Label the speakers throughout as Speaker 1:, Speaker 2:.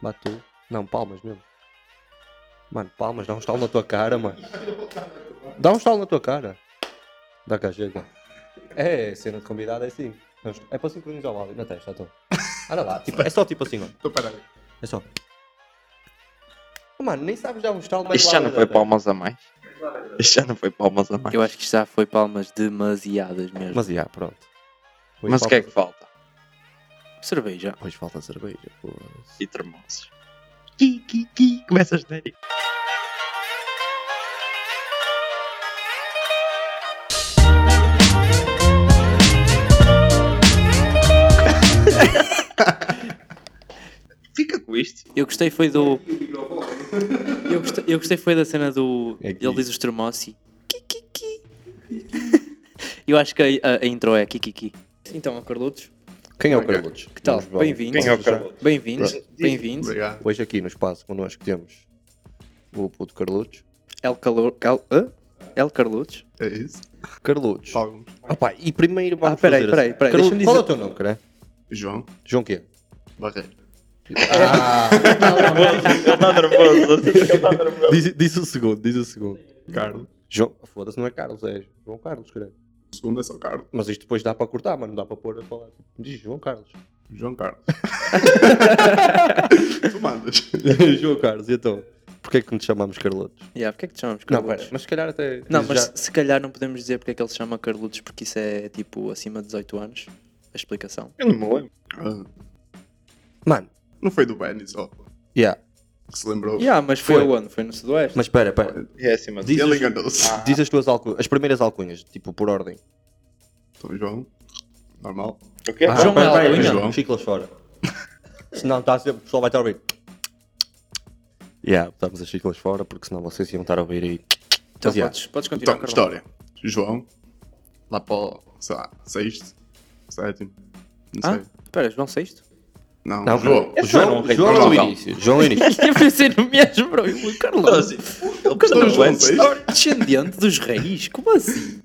Speaker 1: Matou. Não, palmas mesmo. Mano, palmas, dá um estalo na tua cara, mano. Dá um estalo na tua cara. Dá cá, chega. É, cena de convidado é assim. É para sincronizar o áudio na testa, então. Olha lá, tipo, é só tipo assim, ó.
Speaker 2: Estou parado.
Speaker 1: É só. Oh, Mano, nem sabes dar um estalo mais
Speaker 3: Isto já
Speaker 1: lá
Speaker 3: não
Speaker 1: na
Speaker 3: foi
Speaker 1: testa.
Speaker 3: palmas a mais. Isto já não foi palmas a mais.
Speaker 4: Eu acho que isto já foi palmas demasiadas mesmo.
Speaker 1: Mas já, pronto. Foi
Speaker 3: Mas o que é que
Speaker 1: palmas-
Speaker 3: falta?
Speaker 4: Cerveja.
Speaker 1: Pois falta cerveja, pô.
Speaker 3: E termoços. Ki, ki, ki. Começa a genérico. Fica com isto.
Speaker 4: Eu gostei foi do. Eu gostei, eu gostei foi da cena do.
Speaker 1: É que-
Speaker 4: Ele diz os termossi. Kikiki. Eu acho que a, a- a intro é Kikiki. Então, Carlotes,
Speaker 1: Quem é o
Speaker 2: Obrigado.
Speaker 1: Carlos?
Speaker 4: que tal?
Speaker 1: Vamos lá.
Speaker 4: Bem-vindos.
Speaker 3: Quem é o Carlos?
Speaker 4: Bem-vindos. Bem-vindos.
Speaker 2: Obrigado.
Speaker 1: Hoje aqui no espaço connosco temos o puto Carlutos.
Speaker 4: El Calor. Cal... hã? El Carlotes.
Speaker 2: É isso.
Speaker 1: Carlutos.
Speaker 2: Alguns.
Speaker 1: Opa, e primeiro vamos
Speaker 4: Ah, peraí,
Speaker 1: fazer
Speaker 4: peraí,
Speaker 1: assim.
Speaker 4: peraí,
Speaker 1: Carlu-
Speaker 4: deixa-me
Speaker 1: Qual é o
Speaker 4: dizer-
Speaker 1: teu nome, cara?
Speaker 2: João
Speaker 1: João quê?
Speaker 2: Barreiro.
Speaker 1: Ah,
Speaker 3: Ele está nervoso. Ele está nervoso.
Speaker 1: diz, diz o segundo, diz o segundo.
Speaker 2: Carlos.
Speaker 1: João, foda-se, não é Carlos, é João Carlos, cara.
Speaker 2: O segundo é só Carlos.
Speaker 1: Mas isto depois dá para cortar, mano, não dá para pôr a falar. Diz João Carlos.
Speaker 2: João Carlos. tu mandas.
Speaker 1: João Carlos, e então? Porquê é que nos chamamos Carlotos?
Speaker 4: Yeah, porque é que te chamamos
Speaker 1: Não,
Speaker 4: Carlotes?
Speaker 1: pera, mas se calhar até...
Speaker 4: Não,
Speaker 1: diz
Speaker 4: mas
Speaker 1: já-
Speaker 4: se calhar não podemos dizer porque é que ele se chama Carlutos, porque isso é tipo acima de 18 anos. A explicação.
Speaker 3: Eu não me lembro.
Speaker 2: Ah,
Speaker 1: Mano,
Speaker 2: não foi do Benny só.
Speaker 1: yeah,
Speaker 2: Que se lembrou.
Speaker 4: Yeah, mas foi,
Speaker 1: Foi.
Speaker 4: onde? Foi no Sudoeste.
Speaker 1: mas pera, pera.
Speaker 3: É assim, mas...
Speaker 1: Diz-
Speaker 2: Ele enganou-se.
Speaker 1: Diz as tuas alcunhas, as primeiras alcunhas, tipo, por ordem.
Speaker 2: Então, João. Normal.
Speaker 3: O quê?
Speaker 4: Ah. João
Speaker 1: pera, pera,
Speaker 4: Alcunha.
Speaker 1: João. Chiclas fora. senão tá a ser, o pessoal vai estar a ouvir. Yeah, estamos as chiclas fora porque senão vocês iam estar a ouvir aí.
Speaker 4: Então
Speaker 1: Mas, yeah.
Speaker 4: podes, podes continuar,
Speaker 2: Então,
Speaker 4: Carlos.
Speaker 2: história. João. Lá para o, sei lá, sexto, sétimo. Não
Speaker 4: Ah,
Speaker 2: sei.
Speaker 4: espera, João VI?
Speaker 2: Não,
Speaker 1: Não,
Speaker 2: João.
Speaker 1: João, João,
Speaker 3: Esse
Speaker 1: João
Speaker 3: era um
Speaker 1: no
Speaker 3: rei de
Speaker 1: início. João no início.
Speaker 4: Eu pensei no mesmo, bro. O Carlos.
Speaker 3: Ele um
Speaker 2: Então, João
Speaker 3: gostou
Speaker 2: VI.
Speaker 4: Descendente dos reis? Como assim?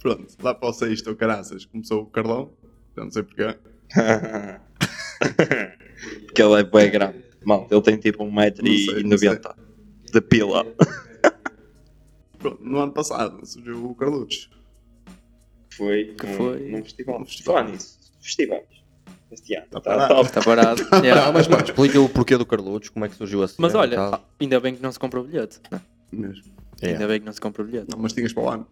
Speaker 2: Pronto, lá para o sexto, ou caraças, começou o Carlão. Já não sei porquê.
Speaker 3: Porque ele é bem grande. Mal, ele tem tipo
Speaker 2: Não sei, não sei.
Speaker 3: 1,90m de pila.
Speaker 2: Pronto, no ano passado surgiu o Carlutos.
Speaker 3: Foi
Speaker 4: Que foi?
Speaker 3: num festival.
Speaker 2: Um festival.
Speaker 3: Falar nisso. Festivais. Este ano.
Speaker 2: Tá
Speaker 3: Tá,
Speaker 2: parado.
Speaker 3: top.
Speaker 4: Está parado.
Speaker 2: Ah,
Speaker 1: Não, mas mano, explica o porquê do Carlutos, como é que surgiu assim.
Speaker 4: Mas olha, ah, ainda bem que não se comprou o bilhete. Não,
Speaker 2: Mesmo.
Speaker 4: Ainda bem que não se comprou o bilhete.
Speaker 2: Não, mas tinhas para o ano.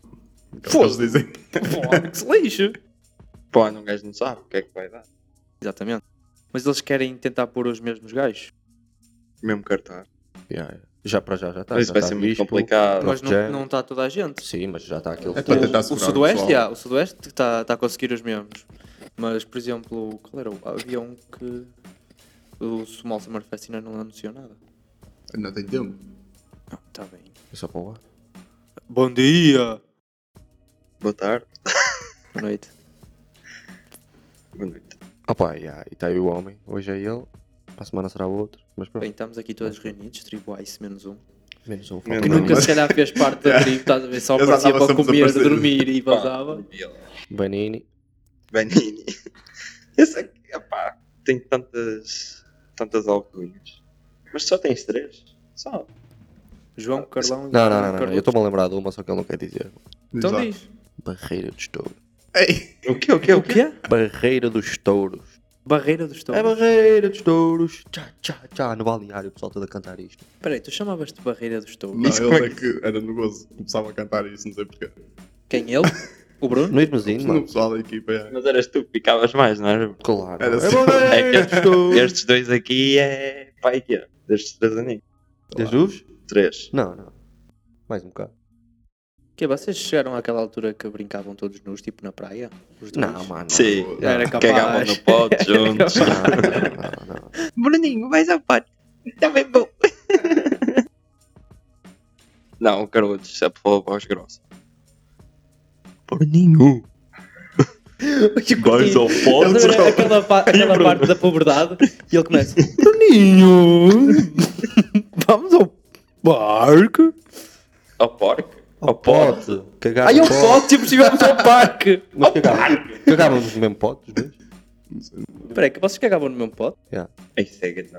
Speaker 2: O que é que
Speaker 4: Foda-se.
Speaker 2: Eles dizem.
Speaker 4: Pô, Um que se lixo.
Speaker 3: Pô, um gajo não sabe o que é que vai dar.
Speaker 4: Exatamente. Mas eles querem tentar pôr os mesmos gajos.
Speaker 3: Mesmo Tá, cartaz.
Speaker 1: Já para já, já está.
Speaker 3: Mas isso vai ser muito complicado.
Speaker 1: Não,
Speaker 4: Mas não
Speaker 1: já-
Speaker 4: não está toda a gente.
Speaker 1: Sim, mas já está aquele.
Speaker 2: É para
Speaker 4: O-
Speaker 2: tentar
Speaker 4: o,
Speaker 2: segurar o
Speaker 4: Sudoeste,
Speaker 2: pessoal.
Speaker 4: já, o Sudoeste está tá a conseguir os mesmos. Mas, por exemplo, qual era o Havia um que o Small Summer Fest ainda não anunciou nada.
Speaker 2: Ainda tem tempo.
Speaker 4: Não, está bem.
Speaker 1: É só para lá.
Speaker 4: Bom dia!
Speaker 3: Boa tarde.
Speaker 4: Boa noite.
Speaker 3: Boa noite.
Speaker 1: Opa, yeah, e está aí o homem. Hoje é ele. Para a semana será o outro. Mas pronto.
Speaker 4: Bem, estamos aqui todos reunidos, tribo Ice menos um.
Speaker 1: menos um.
Speaker 3: Menos
Speaker 4: Que
Speaker 3: Não,
Speaker 4: nunca
Speaker 2: mas-
Speaker 4: se calhar fez parte da tribo, estás a ver? Só
Speaker 2: Ele
Speaker 4: aparecia
Speaker 2: andava
Speaker 4: para
Speaker 2: sempre
Speaker 4: comer,
Speaker 2: desaparecido.
Speaker 4: dormir e
Speaker 3: Pá,
Speaker 4: vazava.
Speaker 3: ele-
Speaker 1: Benini.
Speaker 3: Benini. Esse aqui, epá, tem tantas. tantas alcunhas. Mas só tens três. Só.
Speaker 4: João Carlão e
Speaker 1: Não, não, não, não, não.
Speaker 4: Carlos.
Speaker 1: Eu estou-me a lembrar de uma, só que ele não quer dizer.
Speaker 4: Então
Speaker 2: lá.
Speaker 4: diz.
Speaker 1: Barreira dos touros.
Speaker 2: Ei,
Speaker 3: O quê? O quê?
Speaker 4: O que é?
Speaker 1: Barreira dos touros.
Speaker 4: Barreira dos
Speaker 1: É
Speaker 4: Touros.
Speaker 1: barreira dos touros. Tchá, tchá, tchá. No balneário, o pessoal todo a cantar isto.
Speaker 4: Peraí, tu chamavas-te Barreira dos Touros?
Speaker 2: não,
Speaker 3: Isso
Speaker 2: ele
Speaker 3: como é
Speaker 2: é que era no gozo. Começava a cantar isso, não sei porquê.
Speaker 4: Quem? Ele? O Bruno?
Speaker 1: No irmãozinho,
Speaker 2: No
Speaker 1: mano.
Speaker 2: pessoal da equipa é.
Speaker 3: Mas eras tu que picavas mais, não era?
Speaker 1: Claro.
Speaker 2: Era
Speaker 1: É
Speaker 2: só-
Speaker 1: barreira
Speaker 3: É
Speaker 1: dos touros.
Speaker 3: Estes dois aqui é. pai que é? Destes três amigos.
Speaker 1: Jesus?
Speaker 3: Três.
Speaker 1: Não, não. Mais um bocado.
Speaker 4: Que vocês chegaram àquela altura que brincavam todos nus, tipo na praia? Os dois?
Speaker 1: Não, mano.
Speaker 3: Sim.
Speaker 1: Não,
Speaker 4: Era capaz.
Speaker 3: Cagavam no pote juntos.
Speaker 1: Não, não, não, não.
Speaker 3: Bruninho, vais ao pote. Também bom. Não, o Carlos sempre falou voz grossa. Bruninho,
Speaker 4: Vais
Speaker 3: ao
Speaker 4: Estás a ver
Speaker 3: pote.
Speaker 4: aquela, pa- aquela
Speaker 3: Bruno?
Speaker 4: parte da puberdade e ele começa.
Speaker 1: Bruninho! Vamos ao parque?
Speaker 3: Ao porco.
Speaker 1: Ao pote. Cagar
Speaker 4: Ai,
Speaker 1: no
Speaker 4: é um pote, tipo, estivemos ao parque.
Speaker 1: Mas cagávamos, cagávamos no mesmo pote, os dois?
Speaker 4: Peraí, que vocês cagavam no mesmo pote?
Speaker 3: Isso é grande.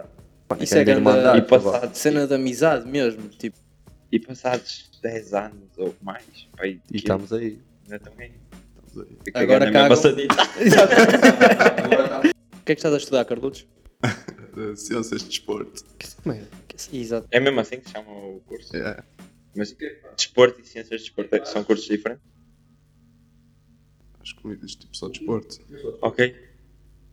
Speaker 1: Pá,
Speaker 4: Isso é grande-
Speaker 1: irmandade,
Speaker 3: E
Speaker 1: pá.
Speaker 3: passado,
Speaker 4: Cena de amizade mesmo, tipo,
Speaker 3: e passados 10 anos ou mais, pá, e,
Speaker 1: E estamos aí.
Speaker 3: ainda também.
Speaker 2: Estamos aí.
Speaker 4: Agora
Speaker 3: Agora cá.
Speaker 4: cagam.
Speaker 3: Passadita.
Speaker 4: o que é que estás a estudar, Carlutos?
Speaker 2: Eh, Ciências de desporto.
Speaker 4: é Exato.
Speaker 3: É mesmo assim que se chama o curso.
Speaker 2: É.
Speaker 3: Mas desporto e ciências de desporto é- são cursos diferentes?
Speaker 2: Acho que me diz tipo só desporto.
Speaker 3: Ok.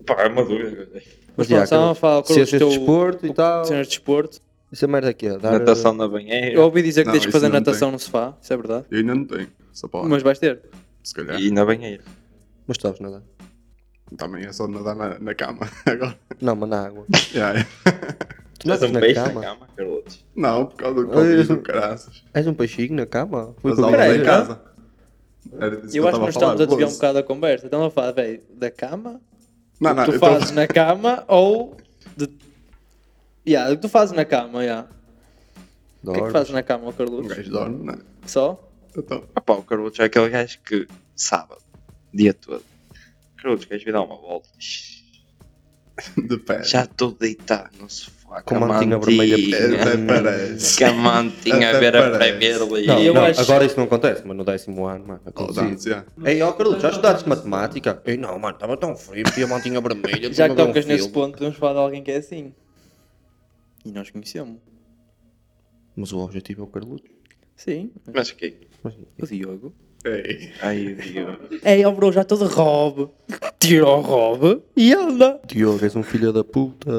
Speaker 3: Pá, é uma dúvida.
Speaker 4: Mas
Speaker 1: já,
Speaker 4: pronto, só
Speaker 1: Carlos,
Speaker 4: fala Carlutos,
Speaker 1: ciências de
Speaker 4: teu-
Speaker 1: desporto e tal.
Speaker 4: Cenas de desporto.
Speaker 1: Isso é merda aqui, é, dar, eh,
Speaker 3: Natação na banheira.
Speaker 4: Eu ouvi dizer que
Speaker 2: Não,
Speaker 4: tens que
Speaker 2: isso
Speaker 4: fazer
Speaker 2: não
Speaker 4: natação no sofá, isso é verdade.
Speaker 2: Eu ainda não tenho. Só para lá.
Speaker 4: Mas vais ter.
Speaker 2: Se calhar.
Speaker 3: E é na banheira.
Speaker 1: eh, Mas sabes nada.
Speaker 2: Também é só nadar na, na cama agora.
Speaker 1: Não, mas na água.
Speaker 2: Yeah, é.
Speaker 1: Tu nadas
Speaker 3: Mas um
Speaker 1: na
Speaker 3: peixe
Speaker 1: cama.
Speaker 3: na cama, Carlos.
Speaker 2: Não, por causa do Covid,
Speaker 1: Ai,
Speaker 2: do caraças.
Speaker 1: És um peixinho na cama? Fui
Speaker 2: As
Speaker 1: com
Speaker 2: aulas
Speaker 1: ele.
Speaker 2: em casa. Era disso
Speaker 4: Eu acho que nós
Speaker 2: estava
Speaker 4: estamos
Speaker 2: falar,
Speaker 4: a desviar um
Speaker 2: Bozo.
Speaker 4: bocado a conversa. Então não fala, velho, da cama,
Speaker 2: Não, não,
Speaker 4: tu
Speaker 2: eu
Speaker 4: fazes
Speaker 2: tô...
Speaker 4: na cama ou. De... Yeah, o que tu fazes na cama, yeah. O que é que
Speaker 1: Dormes.
Speaker 4: fazes na cama, ó
Speaker 2: um
Speaker 4: Carlutos?
Speaker 2: gajo dorme, não é?
Speaker 4: Só?
Speaker 2: Então,
Speaker 3: Ah pá, o Carlos é aquele gajo que sábado, dia todo. Carlos, queres vir dar uma volta?
Speaker 2: de
Speaker 4: É.
Speaker 2: pé.
Speaker 3: Já estou deitado no sofá.
Speaker 1: Com a mantinha vermelha
Speaker 2: Até
Speaker 1: Hum.
Speaker 2: parece.
Speaker 3: Com a mantinha a
Speaker 2: Até
Speaker 3: ver a
Speaker 2: parece.
Speaker 3: Premier League.
Speaker 1: Não,
Speaker 4: Eu
Speaker 1: não,
Speaker 4: acho-
Speaker 1: agora isso não acontece, mas no décimo ano, mano,
Speaker 2: Oh,
Speaker 1: acontecia.
Speaker 2: dance, yeah.
Speaker 1: Ei, ó Carlos, já estudaste matemática? Ei, não, mano, estava tão frio, porque a mantinha vermelha.
Speaker 2: é
Speaker 4: Já que
Speaker 1: fui-me ver um
Speaker 4: tocas nesse
Speaker 1: filme.
Speaker 4: ponto, vamos falar de alguém que é assim. E nós conhecemos.
Speaker 1: Mas o objetivo é o Carlos.
Speaker 4: Sim.
Speaker 3: Mas o quê?
Speaker 4: O Diogo.
Speaker 2: Ei,
Speaker 3: Ai, Deus.
Speaker 4: É, ó bro, já estou de robe. Tira o robe e anda.
Speaker 1: Diogo, és um filho da puta.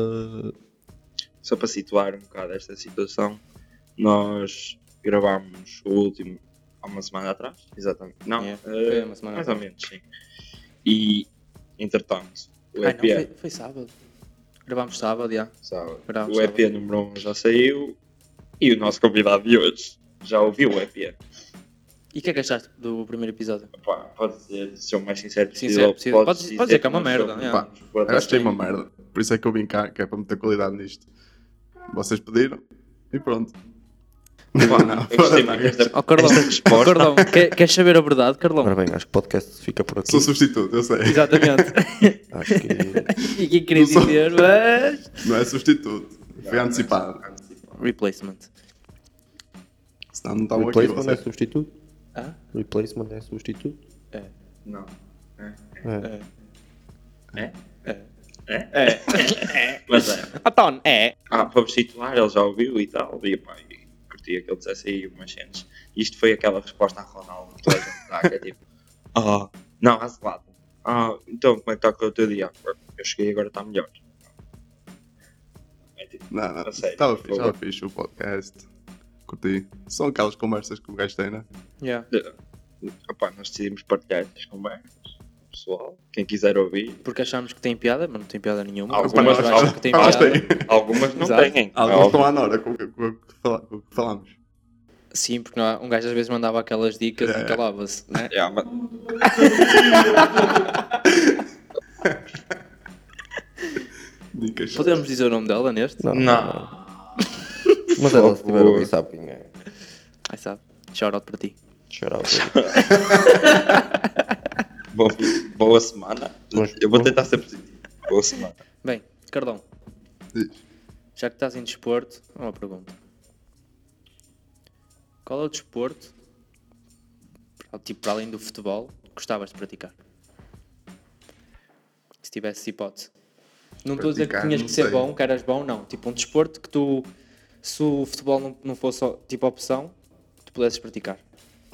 Speaker 3: Só para situar um bocado esta situação, nós gravámos o último há uma semana atrás. Exatamente. Não,
Speaker 4: Yeah,
Speaker 3: eh,
Speaker 4: É, foi uma semana
Speaker 3: mais
Speaker 4: atrás.
Speaker 3: ou menos, sim. E, entretanto, o
Speaker 4: Ai, não,
Speaker 3: EPA,
Speaker 4: foi, foi sábado. Gravámos sábado, já.
Speaker 3: sabe?
Speaker 4: Bravo,
Speaker 3: o EP número 1 já saiu e o nosso convidado de hoje já ouviu o EP.
Speaker 4: E o que é que achaste do primeiro episódio?
Speaker 3: Pá, pode ser, se eu mais sincero possível,
Speaker 4: Sincero possível. Podes- podes dizer que é uma merda, é.
Speaker 2: Pá, eu achei uma merda. Por isso é que eu vim cá, que é para meter qualidade nisto. Vocês pediram e pronto.
Speaker 3: Pá,
Speaker 2: Não,
Speaker 3: eu gostei
Speaker 2: não,
Speaker 3: muito desta
Speaker 4: é Ó Oh, Carlão,
Speaker 3: esta resposta.
Speaker 4: Carlão quer- queres saber a verdade, Carlão?
Speaker 1: Ora bem, acho que o podcast fica por aqui.
Speaker 2: Sou substituto, eu sei.
Speaker 4: Exatamente.
Speaker 1: Acho que.
Speaker 4: e quem queria
Speaker 2: Não sou-
Speaker 4: dizer, mas...
Speaker 2: Não é substituto.
Speaker 4: é
Speaker 2: Foi antecipado.
Speaker 4: Replacement.
Speaker 2: Senão não estavam aqui
Speaker 1: Replacement é
Speaker 2: vocês.
Speaker 1: substituto?
Speaker 4: Ah?
Speaker 1: Replacement é substituto?
Speaker 4: É.
Speaker 3: Não.
Speaker 4: É.
Speaker 3: É?
Speaker 4: É.
Speaker 3: É? É. Mas é.
Speaker 4: Então, é.
Speaker 3: Ah, para vos situar, ele já ouviu e tal. E pá, e curtia que ele dissesse aí umas cenas. E Isto foi aquela resposta a Ronaldo que toda a gente dá, que é tipo... Ah, não, há lado. Ah, então como é que está o teu dia? Eu cheguei agora está melhor. É tipo,
Speaker 2: Não, não.
Speaker 3: A sério.
Speaker 2: Estava fixe, estava fixe o podcast. Curti. São aquelas conversas que o gajo tem, né?
Speaker 4: Yeah.
Speaker 3: opá, nós decidimos partilhar estas conversas. Pessoal, quem quiser ouvir,
Speaker 4: Porque achámos que tem piada, mas não tem piada nenhuma.
Speaker 3: Ah,
Speaker 4: Algumas
Speaker 3: mas-
Speaker 4: acham que tem
Speaker 2: Ah, mas
Speaker 4: piada.
Speaker 2: tem.
Speaker 3: Algumas não é?
Speaker 4: Exato.
Speaker 3: têm.
Speaker 2: Alguns estão à Nora com o que- com o que fala- com o que falámos.
Speaker 4: Sim, porque não há- um gajo às vezes mandava aquelas dicas
Speaker 2: É.
Speaker 4: e calava-se, né?
Speaker 3: Yeah, mas...
Speaker 2: Dicas.
Speaker 4: Podemos dizer o nome dela neste?
Speaker 1: Não.
Speaker 3: Não.
Speaker 1: Mas ela se
Speaker 3: Por
Speaker 1: tiver
Speaker 3: favor.
Speaker 1: alguém sabe quem é.
Speaker 4: Ai, sabe. Shoutout para ti.
Speaker 1: Chorar.
Speaker 3: Bom, boa semana.
Speaker 1: Pois.
Speaker 3: Eu vou tentar ser positivo. Boa semana.
Speaker 4: Bem, Cardão,
Speaker 2: Diz.
Speaker 4: já que estás em desporto, há uma pergunta. Qual é o desporto, para- tipo, para além do futebol, que gostavas de praticar? Se tivesse hipótese. Não estou a dizer que
Speaker 2: Praticar,
Speaker 4: tinhas
Speaker 2: não
Speaker 4: que ser
Speaker 2: sei.
Speaker 4: bom, que eras bom, não. Tipo, um desporto que tu, se o futebol não, não fosse tipo opção, tu pudesses praticar.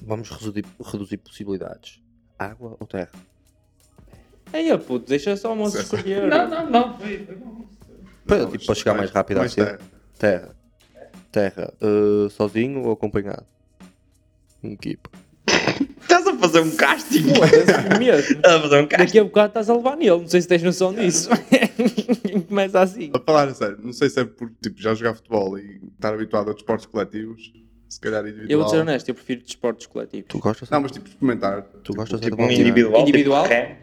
Speaker 1: Vamos reduzir, reduzir possibilidades. Água ou terra?
Speaker 4: Aí, ó, puto, deixa só o moço escolher.
Speaker 1: Para, tipo, para chegar mais rápido à
Speaker 2: mas
Speaker 1: cena. Terra. Terra. Uh, sozinho ou acompanhado? Em equipa.
Speaker 3: Estás a fazer um casting?
Speaker 4: Pô, é assim mesmo.
Speaker 3: Estás a fazer um casting?
Speaker 4: Daqui a bocado estás a levar nele, não sei se tens noção disso. Começa assim.
Speaker 2: A falar a sério, não sei se é por tipo, já jogar futebol e estar habituado a desportos coletivos, se calhar individual.
Speaker 4: Eu vou ser honesto, eu prefiro desportos coletivos.
Speaker 1: Tu gostas?
Speaker 2: Não, mas tipo, experimentar.
Speaker 1: Tu gostas
Speaker 2: tipo,
Speaker 1: de
Speaker 3: Um
Speaker 1: Não,
Speaker 3: individual.
Speaker 4: Individual?
Speaker 3: Tipo, ré.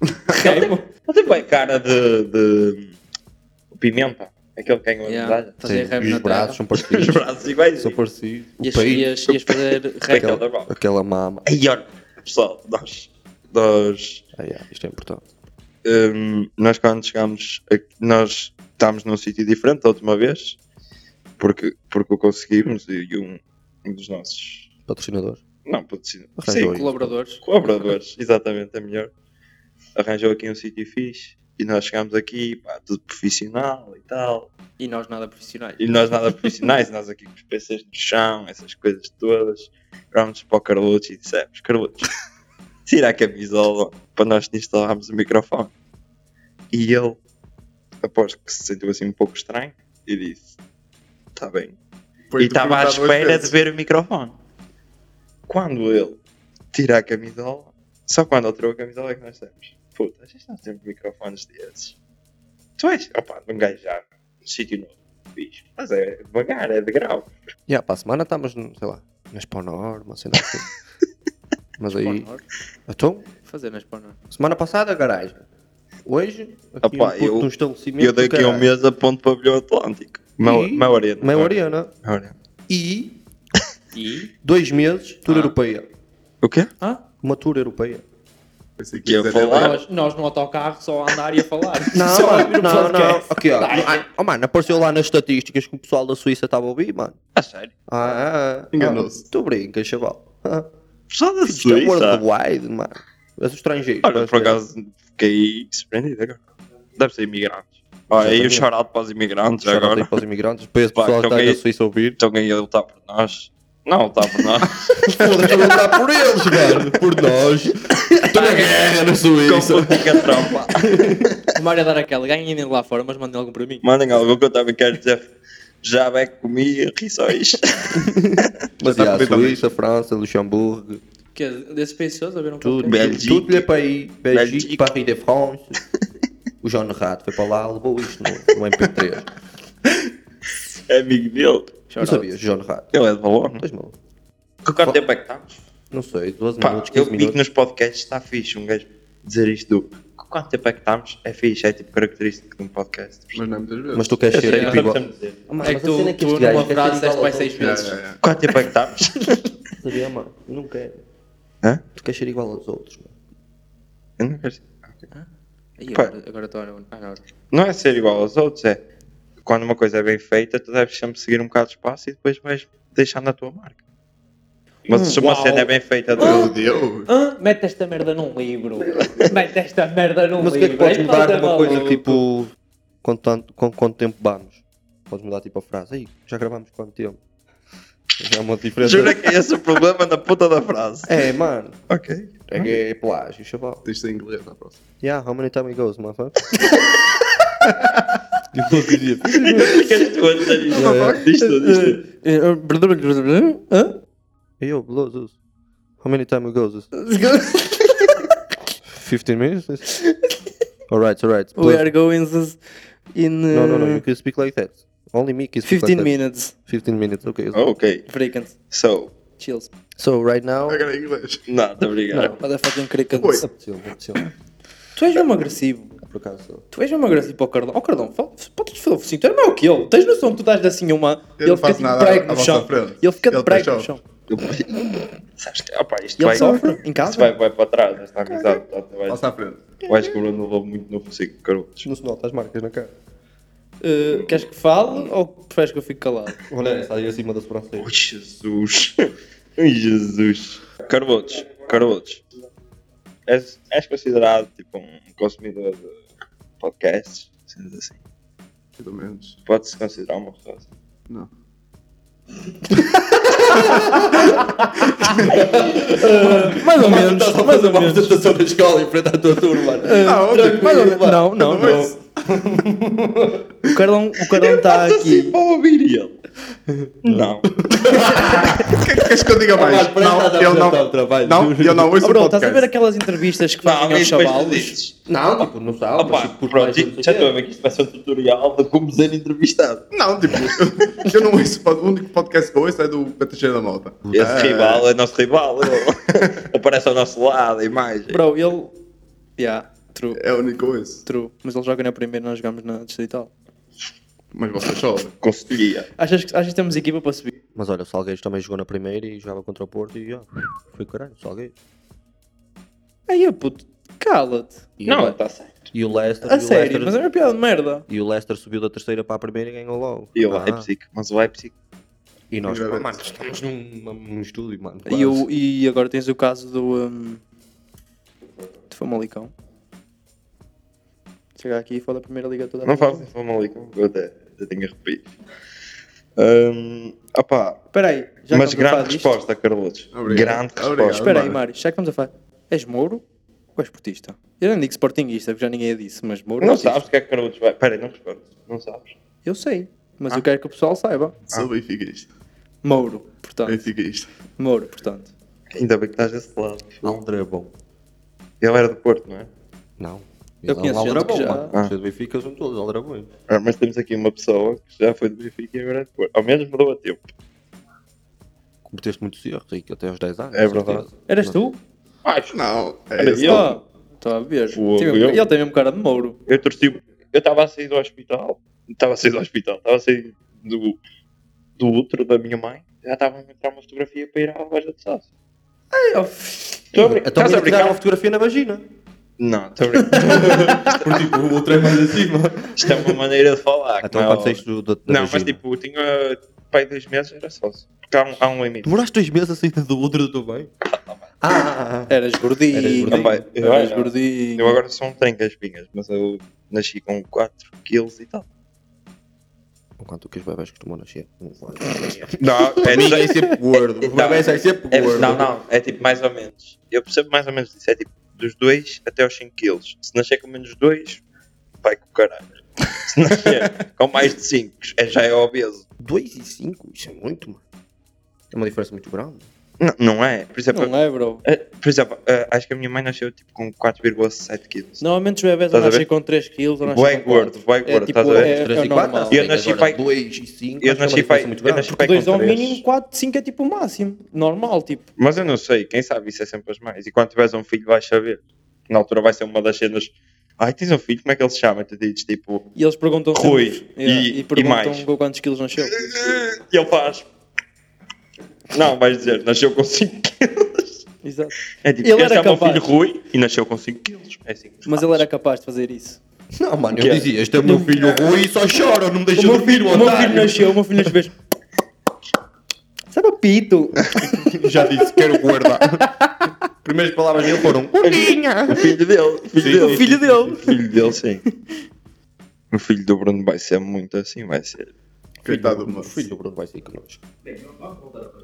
Speaker 4: Remo.
Speaker 3: Ele tem bem cara de, de... o Pimenta. Aquele que ganhou a medalha.
Speaker 4: Yeah, fazer
Speaker 1: Sim,
Speaker 4: remo na
Speaker 1: Os braços
Speaker 4: terra.
Speaker 1: são
Speaker 3: Os
Speaker 1: parecidos.
Speaker 3: braços iguais.
Speaker 1: são parecidos. O
Speaker 4: Ias,
Speaker 1: peito.
Speaker 4: ias, ias fazer
Speaker 3: Aquela
Speaker 4: remo.
Speaker 3: da bola.
Speaker 1: Aquela mama.
Speaker 3: Ai, olha, pessoal, nós... Nós...
Speaker 1: Ah, yeah, isto é importante.
Speaker 3: hum, nós quando chegámos... aqui- Nós estamos num sítio diferente da última vez, porque, porque o conseguimos e, e um, um dos nossos.
Speaker 1: Patrocinador.
Speaker 3: Não, patrocina-
Speaker 1: Arranjou
Speaker 3: sim,
Speaker 1: aí.
Speaker 4: Colaboradores.
Speaker 3: colaboradores, exatamente, é melhor. Arranjou aqui um sítio fixe e nós chegámos aqui, pá, tudo profissional e tal.
Speaker 4: E nós nada profissionais.
Speaker 3: E nós nada profissionais, nós aqui com os PCs no chão, essas coisas todas. Virámos para o Carlucci e dissemos: Carlucci, tira a camisola para nós instalarmos o microfone. E ele, aposto que se sentiu assim um pouco estranho, e disse: Está bem.
Speaker 2: Foi
Speaker 3: e estava à
Speaker 2: perguntado duas
Speaker 3: espera de
Speaker 2: vezes.
Speaker 3: ver o microfone. Quando ele tira a camisola, só quando ele tirou a camisola é que nós temos. Puta, a gente não temos microfones desses. Tu és, opá, de um gajo já, um sítio novo, fixe. Mas é devagar, é de grau.
Speaker 1: Já, para a semana estamos, no- sei lá, na Spawnor, uma cena assim. Mas aí.
Speaker 4: Pornhub.
Speaker 1: Então,
Speaker 4: Fazer nas pornor.
Speaker 1: semana passada, garagem. Hoje, aqui
Speaker 3: Opa,
Speaker 1: um puto
Speaker 3: eu-
Speaker 1: num estabelecimento.
Speaker 3: Eu dei aqui um
Speaker 1: caralho.
Speaker 3: mês a ponto pavilhão Atlântico. Mau
Speaker 1: E?
Speaker 3: Mau arena.
Speaker 1: Meia Oriana.
Speaker 3: Mau Arena.
Speaker 1: E
Speaker 4: E?
Speaker 1: dois meses, tour
Speaker 4: Ah.
Speaker 1: europeia.
Speaker 3: O quê?
Speaker 4: Ah?
Speaker 1: Uma tour europeia.
Speaker 2: Pensei
Speaker 3: Que ia
Speaker 2: dizer ele.
Speaker 3: falar.
Speaker 4: Nós, nós no autocarro só a andar e a falar.
Speaker 1: Não,
Speaker 3: um
Speaker 4: só a
Speaker 1: mano,
Speaker 4: ouvir o
Speaker 1: não, não.
Speaker 4: podcast.
Speaker 1: Aqui, ó. Ah, Oh, mano, apareceu lá nas estatísticas que o pessoal da Suíça estava a ouvir, mano.
Speaker 3: A sério?
Speaker 1: Ah, ah, ah.
Speaker 2: Enganou-se.
Speaker 1: Tu brincas, chaval. Ah,
Speaker 3: Pessoal da
Speaker 1: Isto é
Speaker 3: Suíça.
Speaker 1: worldwide, mano. És um estrangeiro.
Speaker 3: Olha, por acaso fiquei surpreendido agora. Deve ser imigrantes. Olha, aí um
Speaker 1: Exatamente.
Speaker 3: shout-out para os imigrantes
Speaker 1: Já agora.
Speaker 3: agora.
Speaker 1: para os imigrantes, depois o
Speaker 3: Pá,
Speaker 1: pessoal que
Speaker 3: então
Speaker 1: está na
Speaker 3: que-
Speaker 1: Suíça a ouvir.
Speaker 3: Então quem ia lutar por nós? Não lutar por nós.
Speaker 1: Foda-se, vou lutar por eles, mano. Por nós. Estou na guerra na
Speaker 3: Com
Speaker 2: é.
Speaker 3: é
Speaker 1: Suíça.
Speaker 3: política trompa.
Speaker 4: O Mário a dar aquela. Ganhem dele lá fora, mas mandem algum para mim.
Speaker 3: Mandem algo que eu também quero dizer. Já vai comigo, ri só isto.
Speaker 1: Mas
Speaker 2: Já
Speaker 1: já,
Speaker 2: está
Speaker 1: Suíça, França, Luxemburgo,
Speaker 4: Que é desses países todos haveram
Speaker 1: tudo.
Speaker 4: qualquer.
Speaker 3: Bélgica.
Speaker 1: Tudo é para aí. Bélgica,
Speaker 3: Bélgica.
Speaker 1: Paris de France. O João Rato foi para lá, levou isto no, no MP3.
Speaker 3: É amigo dele.
Speaker 1: Não sabias, João Rato.
Speaker 3: Ele é de Valona.
Speaker 1: Estás maluco?
Speaker 3: Com quanto tempo é que estamos?
Speaker 1: Não sei, 12
Speaker 3: Pá,
Speaker 1: minutos,
Speaker 3: eu
Speaker 1: 15
Speaker 3: vi que
Speaker 1: minutos.
Speaker 3: nos podcasts está fixe um gajo dizer isto do com quanto tempo é que estamos? É fixe, é tipo característico de um podcast.
Speaker 2: Mas não é muitas vezes.
Speaker 1: Mas tu queres
Speaker 3: Eu
Speaker 1: ser
Speaker 3: sei,
Speaker 1: tipo
Speaker 3: nós
Speaker 1: igual.
Speaker 3: estamos a dizer.
Speaker 1: Ah, mano,
Speaker 4: É
Speaker 1: mas
Speaker 4: que
Speaker 1: a
Speaker 4: tu,
Speaker 1: cena é
Speaker 4: tu
Speaker 1: este
Speaker 4: numa
Speaker 1: gajo quer ser igual
Speaker 4: frase deste
Speaker 1: ao
Speaker 4: vai
Speaker 1: Tom
Speaker 4: seis
Speaker 2: Já,
Speaker 4: vezes.
Speaker 2: já, já.
Speaker 3: Quanto tempo é que estamos?
Speaker 1: Cruise, sabia, mano? Não quero.
Speaker 3: Hã?
Speaker 1: Tu queres ser igual aos outros, mano.
Speaker 3: Eu não quero ser-
Speaker 4: Aí,
Speaker 3: Pá.
Speaker 4: agora- agora estou a olhar. Ah,
Speaker 3: Não é ser igual aos outros, é quando uma coisa é bem feita, tu deves sempre seguir um bocado de espaço e depois vais deixando a tua marca. Mas se uma
Speaker 4: Uau.
Speaker 3: cena é bem feita, tu-
Speaker 2: Meu Deus!
Speaker 4: Hã? Mete esta merda num livro. Mete esta merda num
Speaker 1: Mas o que é
Speaker 4: livro.
Speaker 1: que podes
Speaker 4: Aí
Speaker 1: mudar de
Speaker 4: falta
Speaker 1: uma coisa
Speaker 4: maluco.
Speaker 1: tipo. Com, tanto, com quanto tempo vamos? Podes mudar tipo a frase. Aí, já gravamos quanto tempo? Já é uma diferença.
Speaker 3: jura que esse é o problema na puta da frase.
Speaker 1: É, mano.
Speaker 3: Ok.
Speaker 1: É que é plágio, chaval.
Speaker 2: Tens de ser inglês à próxima.
Speaker 1: Yeah, how many time it goes, motherfucker? E o que dizia?
Speaker 3: Ficas tu a dizer isto. Diz tudo, diz tudo.
Speaker 4: Eh, Hã?
Speaker 1: É, Hey, yo, blow this. How many time it goes? This? 15 minutes? This? Alright, alright.
Speaker 4: We
Speaker 1: Blow-
Speaker 4: are going this in
Speaker 1: No, no, no,
Speaker 4: uh,
Speaker 1: you can speak like that. Only me can speak
Speaker 4: 15
Speaker 1: like
Speaker 4: minutes.
Speaker 1: that. 15 minutes, okay.
Speaker 3: Oh, ok.
Speaker 4: Frequent.
Speaker 3: So,
Speaker 4: Chills.
Speaker 1: So, right now...
Speaker 2: Agora é inglês.
Speaker 3: nada, obrigado.
Speaker 4: Motherfucking crickets.
Speaker 2: Oi.
Speaker 1: Apeteceu, apeteceu.
Speaker 4: Tu és mesmo agressivo.
Speaker 1: Por acaso...
Speaker 4: Tu és mesmo agressivo para o Cardão. Ó Cardão, fala- podes falar assim. Tu és maior que ele. Tens noção que tu dás assim uma.
Speaker 2: Eu não faço nada à- à vossa frente.
Speaker 4: Ele fica de
Speaker 2: Ele
Speaker 4: prego no
Speaker 2: deixou.
Speaker 4: chão.
Speaker 3: Sabes que, opa, isto
Speaker 4: E ele
Speaker 3: vai,
Speaker 4: sofre em
Speaker 3: isto
Speaker 4: casa.
Speaker 3: vai, vai para trás, esta amizade. portanto, vai-
Speaker 2: Passa à frente.
Speaker 3: Eu acho que o Bruno levou muito no focinho, carotos.
Speaker 1: Não se nota as marcas na cara.
Speaker 4: Uh, queres que fale ou preferes que eu fique calado?
Speaker 1: Olha essa aí acima da sobrancelha.
Speaker 3: Oh, Jesus. Ai, Jesus. Carotos, carotos. És, és considerado, tipo, um consumidor de podcasts? Sendo assim.
Speaker 2: Pelo menos.
Speaker 3: Pode-se considerar uma pessoa assim.
Speaker 2: Não.
Speaker 4: Mais
Speaker 1: Tá
Speaker 4: ou menos. Mais ou menos.
Speaker 1: apresentação da escola em frente à tua turma.
Speaker 2: Ah,
Speaker 4: Tranquilo, mais ou menos. Não, não, não. O Cardão o Cardão está
Speaker 3: Estás assim
Speaker 4: aqui.
Speaker 3: para ouvir ele? Não.
Speaker 2: O que é que queres que eu diga mais? Não, eu não.
Speaker 1: trabalho.
Speaker 2: Não, eu não ouço
Speaker 4: Oh,
Speaker 2: o
Speaker 4: bro, estás a ver
Speaker 2: podcast.
Speaker 4: aquelas entrevistas é que
Speaker 3: Não,
Speaker 4: fazem aos
Speaker 3: mas depois tu
Speaker 4: chavalos?
Speaker 3: dizes.
Speaker 1: Não, tipo, não sabe.
Speaker 3: Opa,
Speaker 1: mas, tipo,
Speaker 3: pronto,
Speaker 1: mais não sei
Speaker 3: já
Speaker 1: quê.
Speaker 3: estou a ver que isto vai ser um tutorial de como ser entrevistado.
Speaker 2: Não, tipo, eu não ouço. pod- O único podcast que eu ouço é do Patacheira da Mota.
Speaker 3: Esse
Speaker 2: Ah,
Speaker 3: rival é nosso rival. ele Aparece ao nosso lado, a imagem.
Speaker 4: Bro, ele. Yeah, true,
Speaker 2: É o único que eu ouço.
Speaker 4: true. Mas ele joga na primeira nós jogamos na distrital.
Speaker 2: Mas vocês chovem.
Speaker 3: Conseguia.
Speaker 4: Achas que, achas que temos equipa para subir?
Speaker 1: Mas olha, o Salgueiros também jogou na primeira e jogava contra o Porto e ó, foi caralho, Salgueiros.
Speaker 4: Aí, puto. Cala-te.
Speaker 3: Não, está certo.
Speaker 1: E o Leicester,
Speaker 4: tá A
Speaker 1: e o
Speaker 4: sério,
Speaker 1: Leicester-
Speaker 4: mas é uma piada de merda.
Speaker 1: e o Leicester subiu da terceira para a primeira e ganhou logo.
Speaker 3: E o
Speaker 4: é
Speaker 1: Ah,
Speaker 3: Leipzig, mas o Leipzig.
Speaker 1: E nós,
Speaker 2: Agradeço.
Speaker 1: mano, estamos num, num estúdio, mano.
Speaker 4: E, o- e agora tens o caso do. hum, de Famalicão. Chegar aqui e falar da primeira liga toda. a
Speaker 3: Não
Speaker 4: temporada.
Speaker 3: fazem fama ali, eu até, até tenho arrepios. Hum, opá,
Speaker 4: Espera aí, já que
Speaker 3: mas
Speaker 4: estamos a falar
Speaker 3: grande
Speaker 4: disto-
Speaker 3: resposta, Carlos.
Speaker 2: Obrigado.
Speaker 3: Grande
Speaker 2: Obrigado.
Speaker 3: resposta.
Speaker 4: Espera aí,
Speaker 2: Mário.
Speaker 4: Mário, já que estamos a falar. És Mouro ou és portista? Eu não digo sportinguista, porque já ninguém a disse, mas Mouro.
Speaker 3: Não
Speaker 4: és
Speaker 3: sabes o que é que Carlos vai. Espera aí, não respondes. Não sabes.
Speaker 4: isto. Eu sei, mas
Speaker 3: Ah.
Speaker 4: eu quero que o pessoal saiba.
Speaker 2: Sou benfiquista.
Speaker 4: Mouro, portanto.
Speaker 2: Benfiquista.
Speaker 4: Mouro, portanto.
Speaker 3: Ainda bem que estás desse lado.
Speaker 1: Aldra é bom.
Speaker 3: Ele era do Porto, não é?
Speaker 1: Não.
Speaker 4: Eu
Speaker 1: Ele é
Speaker 4: conheço
Speaker 1: um
Speaker 4: gente
Speaker 1: Aldrabão,
Speaker 4: que já-
Speaker 1: mano.
Speaker 3: Ah.
Speaker 1: Os do Benfica são todos Aldrabões.
Speaker 3: Ah, mas temos aqui uma pessoa que já foi do Benfica e agora é do Porto. Ao menos mudou a tempo.
Speaker 1: Cometeste muitos erros, Rico, até aos 10 anos.
Speaker 3: É verdade.
Speaker 1: certeza.
Speaker 4: Eras tu?
Speaker 3: Acho.
Speaker 2: Não, é
Speaker 3: Olha,
Speaker 2: esse.
Speaker 3: eu-
Speaker 4: Ah, Estou a ver.
Speaker 3: Fogo,
Speaker 4: Tem-
Speaker 3: eu-
Speaker 4: Ele tem mesmo cara de Mouro.
Speaker 3: Eu torci. o- Eu estava a sair do hospital. Estava a sair do hospital. Estava a sair do, do útero da minha mãe. Já estava a entrar uma fotografia para ir à loja de sócio.
Speaker 4: Ai, ó,
Speaker 3: Estou a brin-
Speaker 1: Então
Speaker 3: Estás a
Speaker 1: me tirar uma
Speaker 3: brincar?
Speaker 1: fotografia na vagina.
Speaker 3: Não, estou a brincar.
Speaker 1: Porque tipo, o outro é mais acima.
Speaker 3: Isto é uma maneira de falar.
Speaker 1: Então
Speaker 3: como é
Speaker 1: quando
Speaker 3: óbvio.
Speaker 1: saíste do, do, da
Speaker 3: Não,
Speaker 1: vagina.
Speaker 3: mas tipo, eu tinha pai dois meses era sócio. Porque há um, há um limite.
Speaker 1: Demoraste dois meses a sair do útero do teu bem? Ah, ah, ah.
Speaker 4: Eras gordinho.
Speaker 1: Eras gordinho.
Speaker 3: Rapaz, eu
Speaker 4: eras
Speaker 3: era.
Speaker 4: gordinho.
Speaker 3: Eu agora um só não tenho gaspinhas, mas eu nasci com 4 quilos e tal.
Speaker 1: É. Enquanto que os bebés costumam nascer. um Não vai.
Speaker 3: Não, é,
Speaker 1: Ninguém é
Speaker 2: Tipo
Speaker 1: sempre gordo. O
Speaker 3: Então,
Speaker 1: bebê é sempre
Speaker 3: é,
Speaker 1: gordo.
Speaker 3: não, não, é tipo mais ou menos. Eu percebo mais ou menos disso. É tipo dos 2 até aos 5 quilos. Se nascer com menos 2, vai com o caralho. Se nascer com mais de 5, já é obeso.
Speaker 1: 2 e 5, isso é muito, mano. É uma diferença muito grande.
Speaker 3: Não, não é. Por exemplo,
Speaker 4: Não é, bro.
Speaker 3: eh, por exemplo eh, acho que a minha mãe nasceu tipo com 4,7 quilos.
Speaker 4: Normalmente os bebés
Speaker 3: Estás a
Speaker 4: nascem
Speaker 3: ver?
Speaker 4: com 3 quilos ou nascem
Speaker 3: Bué
Speaker 4: com 4.
Speaker 3: gordo, bué gordo,
Speaker 4: É tipo,
Speaker 3: estás a ver?
Speaker 4: é, é o normal.
Speaker 3: Eu nasci pai-
Speaker 1: 2 e 5.
Speaker 3: Eu nasci pai- eu nasci pai
Speaker 4: Dois
Speaker 3: com
Speaker 4: é o
Speaker 3: três.
Speaker 4: mínimo, 4, 5 é tipo o máximo. Normal, tipo.
Speaker 3: Mas eu não sei, quem sabe isso é sempre as mães. E quando tiveres um filho vais saber. Na altura vai ser uma das cenas. Ai, tens um filho, como é que ele se chama? E tu dizes tipo.
Speaker 4: E eles perguntam
Speaker 3: Rui,
Speaker 4: sempre-
Speaker 3: e-
Speaker 4: Yeah,
Speaker 3: e
Speaker 4: e perguntam
Speaker 3: mais?
Speaker 4: com quantos quilos nasceu.
Speaker 3: E ele faz. Não, vais dizer, nasceu com 5 quilos.
Speaker 4: Exato.
Speaker 3: É tipo,
Speaker 4: Ele
Speaker 3: ele
Speaker 4: era
Speaker 3: chama o
Speaker 4: capaz.
Speaker 3: filho Rui e nasceu com 5 quilos. É assim. que se
Speaker 4: Mas
Speaker 3: faz.
Speaker 4: ele era capaz de fazer isso.
Speaker 1: Não, mano, eu
Speaker 3: Que é?
Speaker 1: dizia, este é o meu filho ruim e só chora, não me deixa dormir, o
Speaker 4: o meu filho
Speaker 1: otário.
Speaker 4: nasceu, o meu filho nasceu. Sabe o pito?
Speaker 1: Já disse, quero guardar. Primeiras palavras dele foram,
Speaker 3: O filho dele. O filho
Speaker 2: Sim.
Speaker 3: dele.
Speaker 4: O filho
Speaker 3: O
Speaker 4: dele.
Speaker 3: filho dele, sim. O filho do Bruno vai ser muito assim, vai ser.
Speaker 2: Coitado do
Speaker 1: o
Speaker 2: moço.
Speaker 1: filho do Bruno vai sair connosco.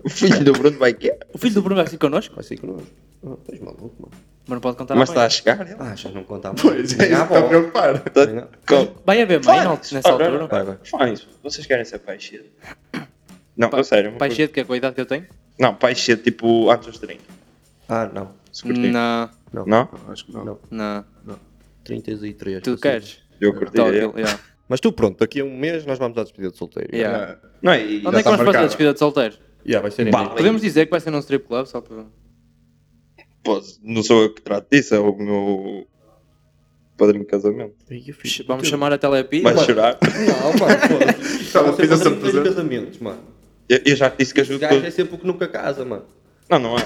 Speaker 3: O filho do Bruno vai quê?
Speaker 4: O filho do Bruno vai ser connosco?
Speaker 1: Vai sair connosco. Ah, Estás maluco, mano.
Speaker 4: Mas não pode contar
Speaker 3: Mas tá.
Speaker 4: à
Speaker 3: está a
Speaker 4: mãe.
Speaker 3: chegar.
Speaker 4: Tá
Speaker 3: ele.
Speaker 1: Ah, já não conta mais.
Speaker 2: Pois é, isso que está a preocupar.
Speaker 1: Então,
Speaker 3: Com-
Speaker 4: Vai haver mãe não,
Speaker 3: Faz.
Speaker 4: nessa
Speaker 3: Ora,
Speaker 4: altura?
Speaker 1: Vai, vai.
Speaker 3: Fãs, vocês querem ser pai cedo? Não, eu Ah, sério. uma
Speaker 4: Pai
Speaker 3: coisa-
Speaker 4: cheio que é com a idade que eu tenho?
Speaker 3: Não, pai cedo, tipo, antes dos 30.
Speaker 1: Ah, não.
Speaker 3: se curtir.
Speaker 4: Não,
Speaker 3: Não?
Speaker 2: Acho que não.
Speaker 1: Não.
Speaker 4: não.
Speaker 1: 33.
Speaker 4: Tu
Speaker 1: assim.
Speaker 4: queres?
Speaker 3: Eu curti.
Speaker 4: Então, aquilo, yeah.
Speaker 1: Mas tu, pronto, daqui a um mês nós vamos à despedida de solteiro.
Speaker 4: Yeah.
Speaker 2: Ah,
Speaker 3: Não, e... tá
Speaker 4: Onde é que
Speaker 2: está
Speaker 4: vamos fazer a
Speaker 2: marcado.
Speaker 4: despedida de solteiro?
Speaker 1: Yeah, vai ser em
Speaker 3: Bah.
Speaker 1: maio.
Speaker 4: Podemos dizer que vai ser num strip club, só para...
Speaker 3: Pô, não sou eu que trato disso, é o meu padrinho de casamento.
Speaker 4: Vamos chamar a Telepi?
Speaker 3: Vai chorar.
Speaker 1: Não, mano, foda-se.
Speaker 2: Estava a
Speaker 1: Você pode
Speaker 2: fazer
Speaker 1: ter
Speaker 2: sempre
Speaker 1: três
Speaker 2: presente.
Speaker 1: casamentos, mano.
Speaker 3: Eu, eu já te disse que
Speaker 1: O
Speaker 3: ajudo
Speaker 1: gajo é
Speaker 3: tudo.
Speaker 1: sempre o que nunca casa, mano.
Speaker 3: Não, não é.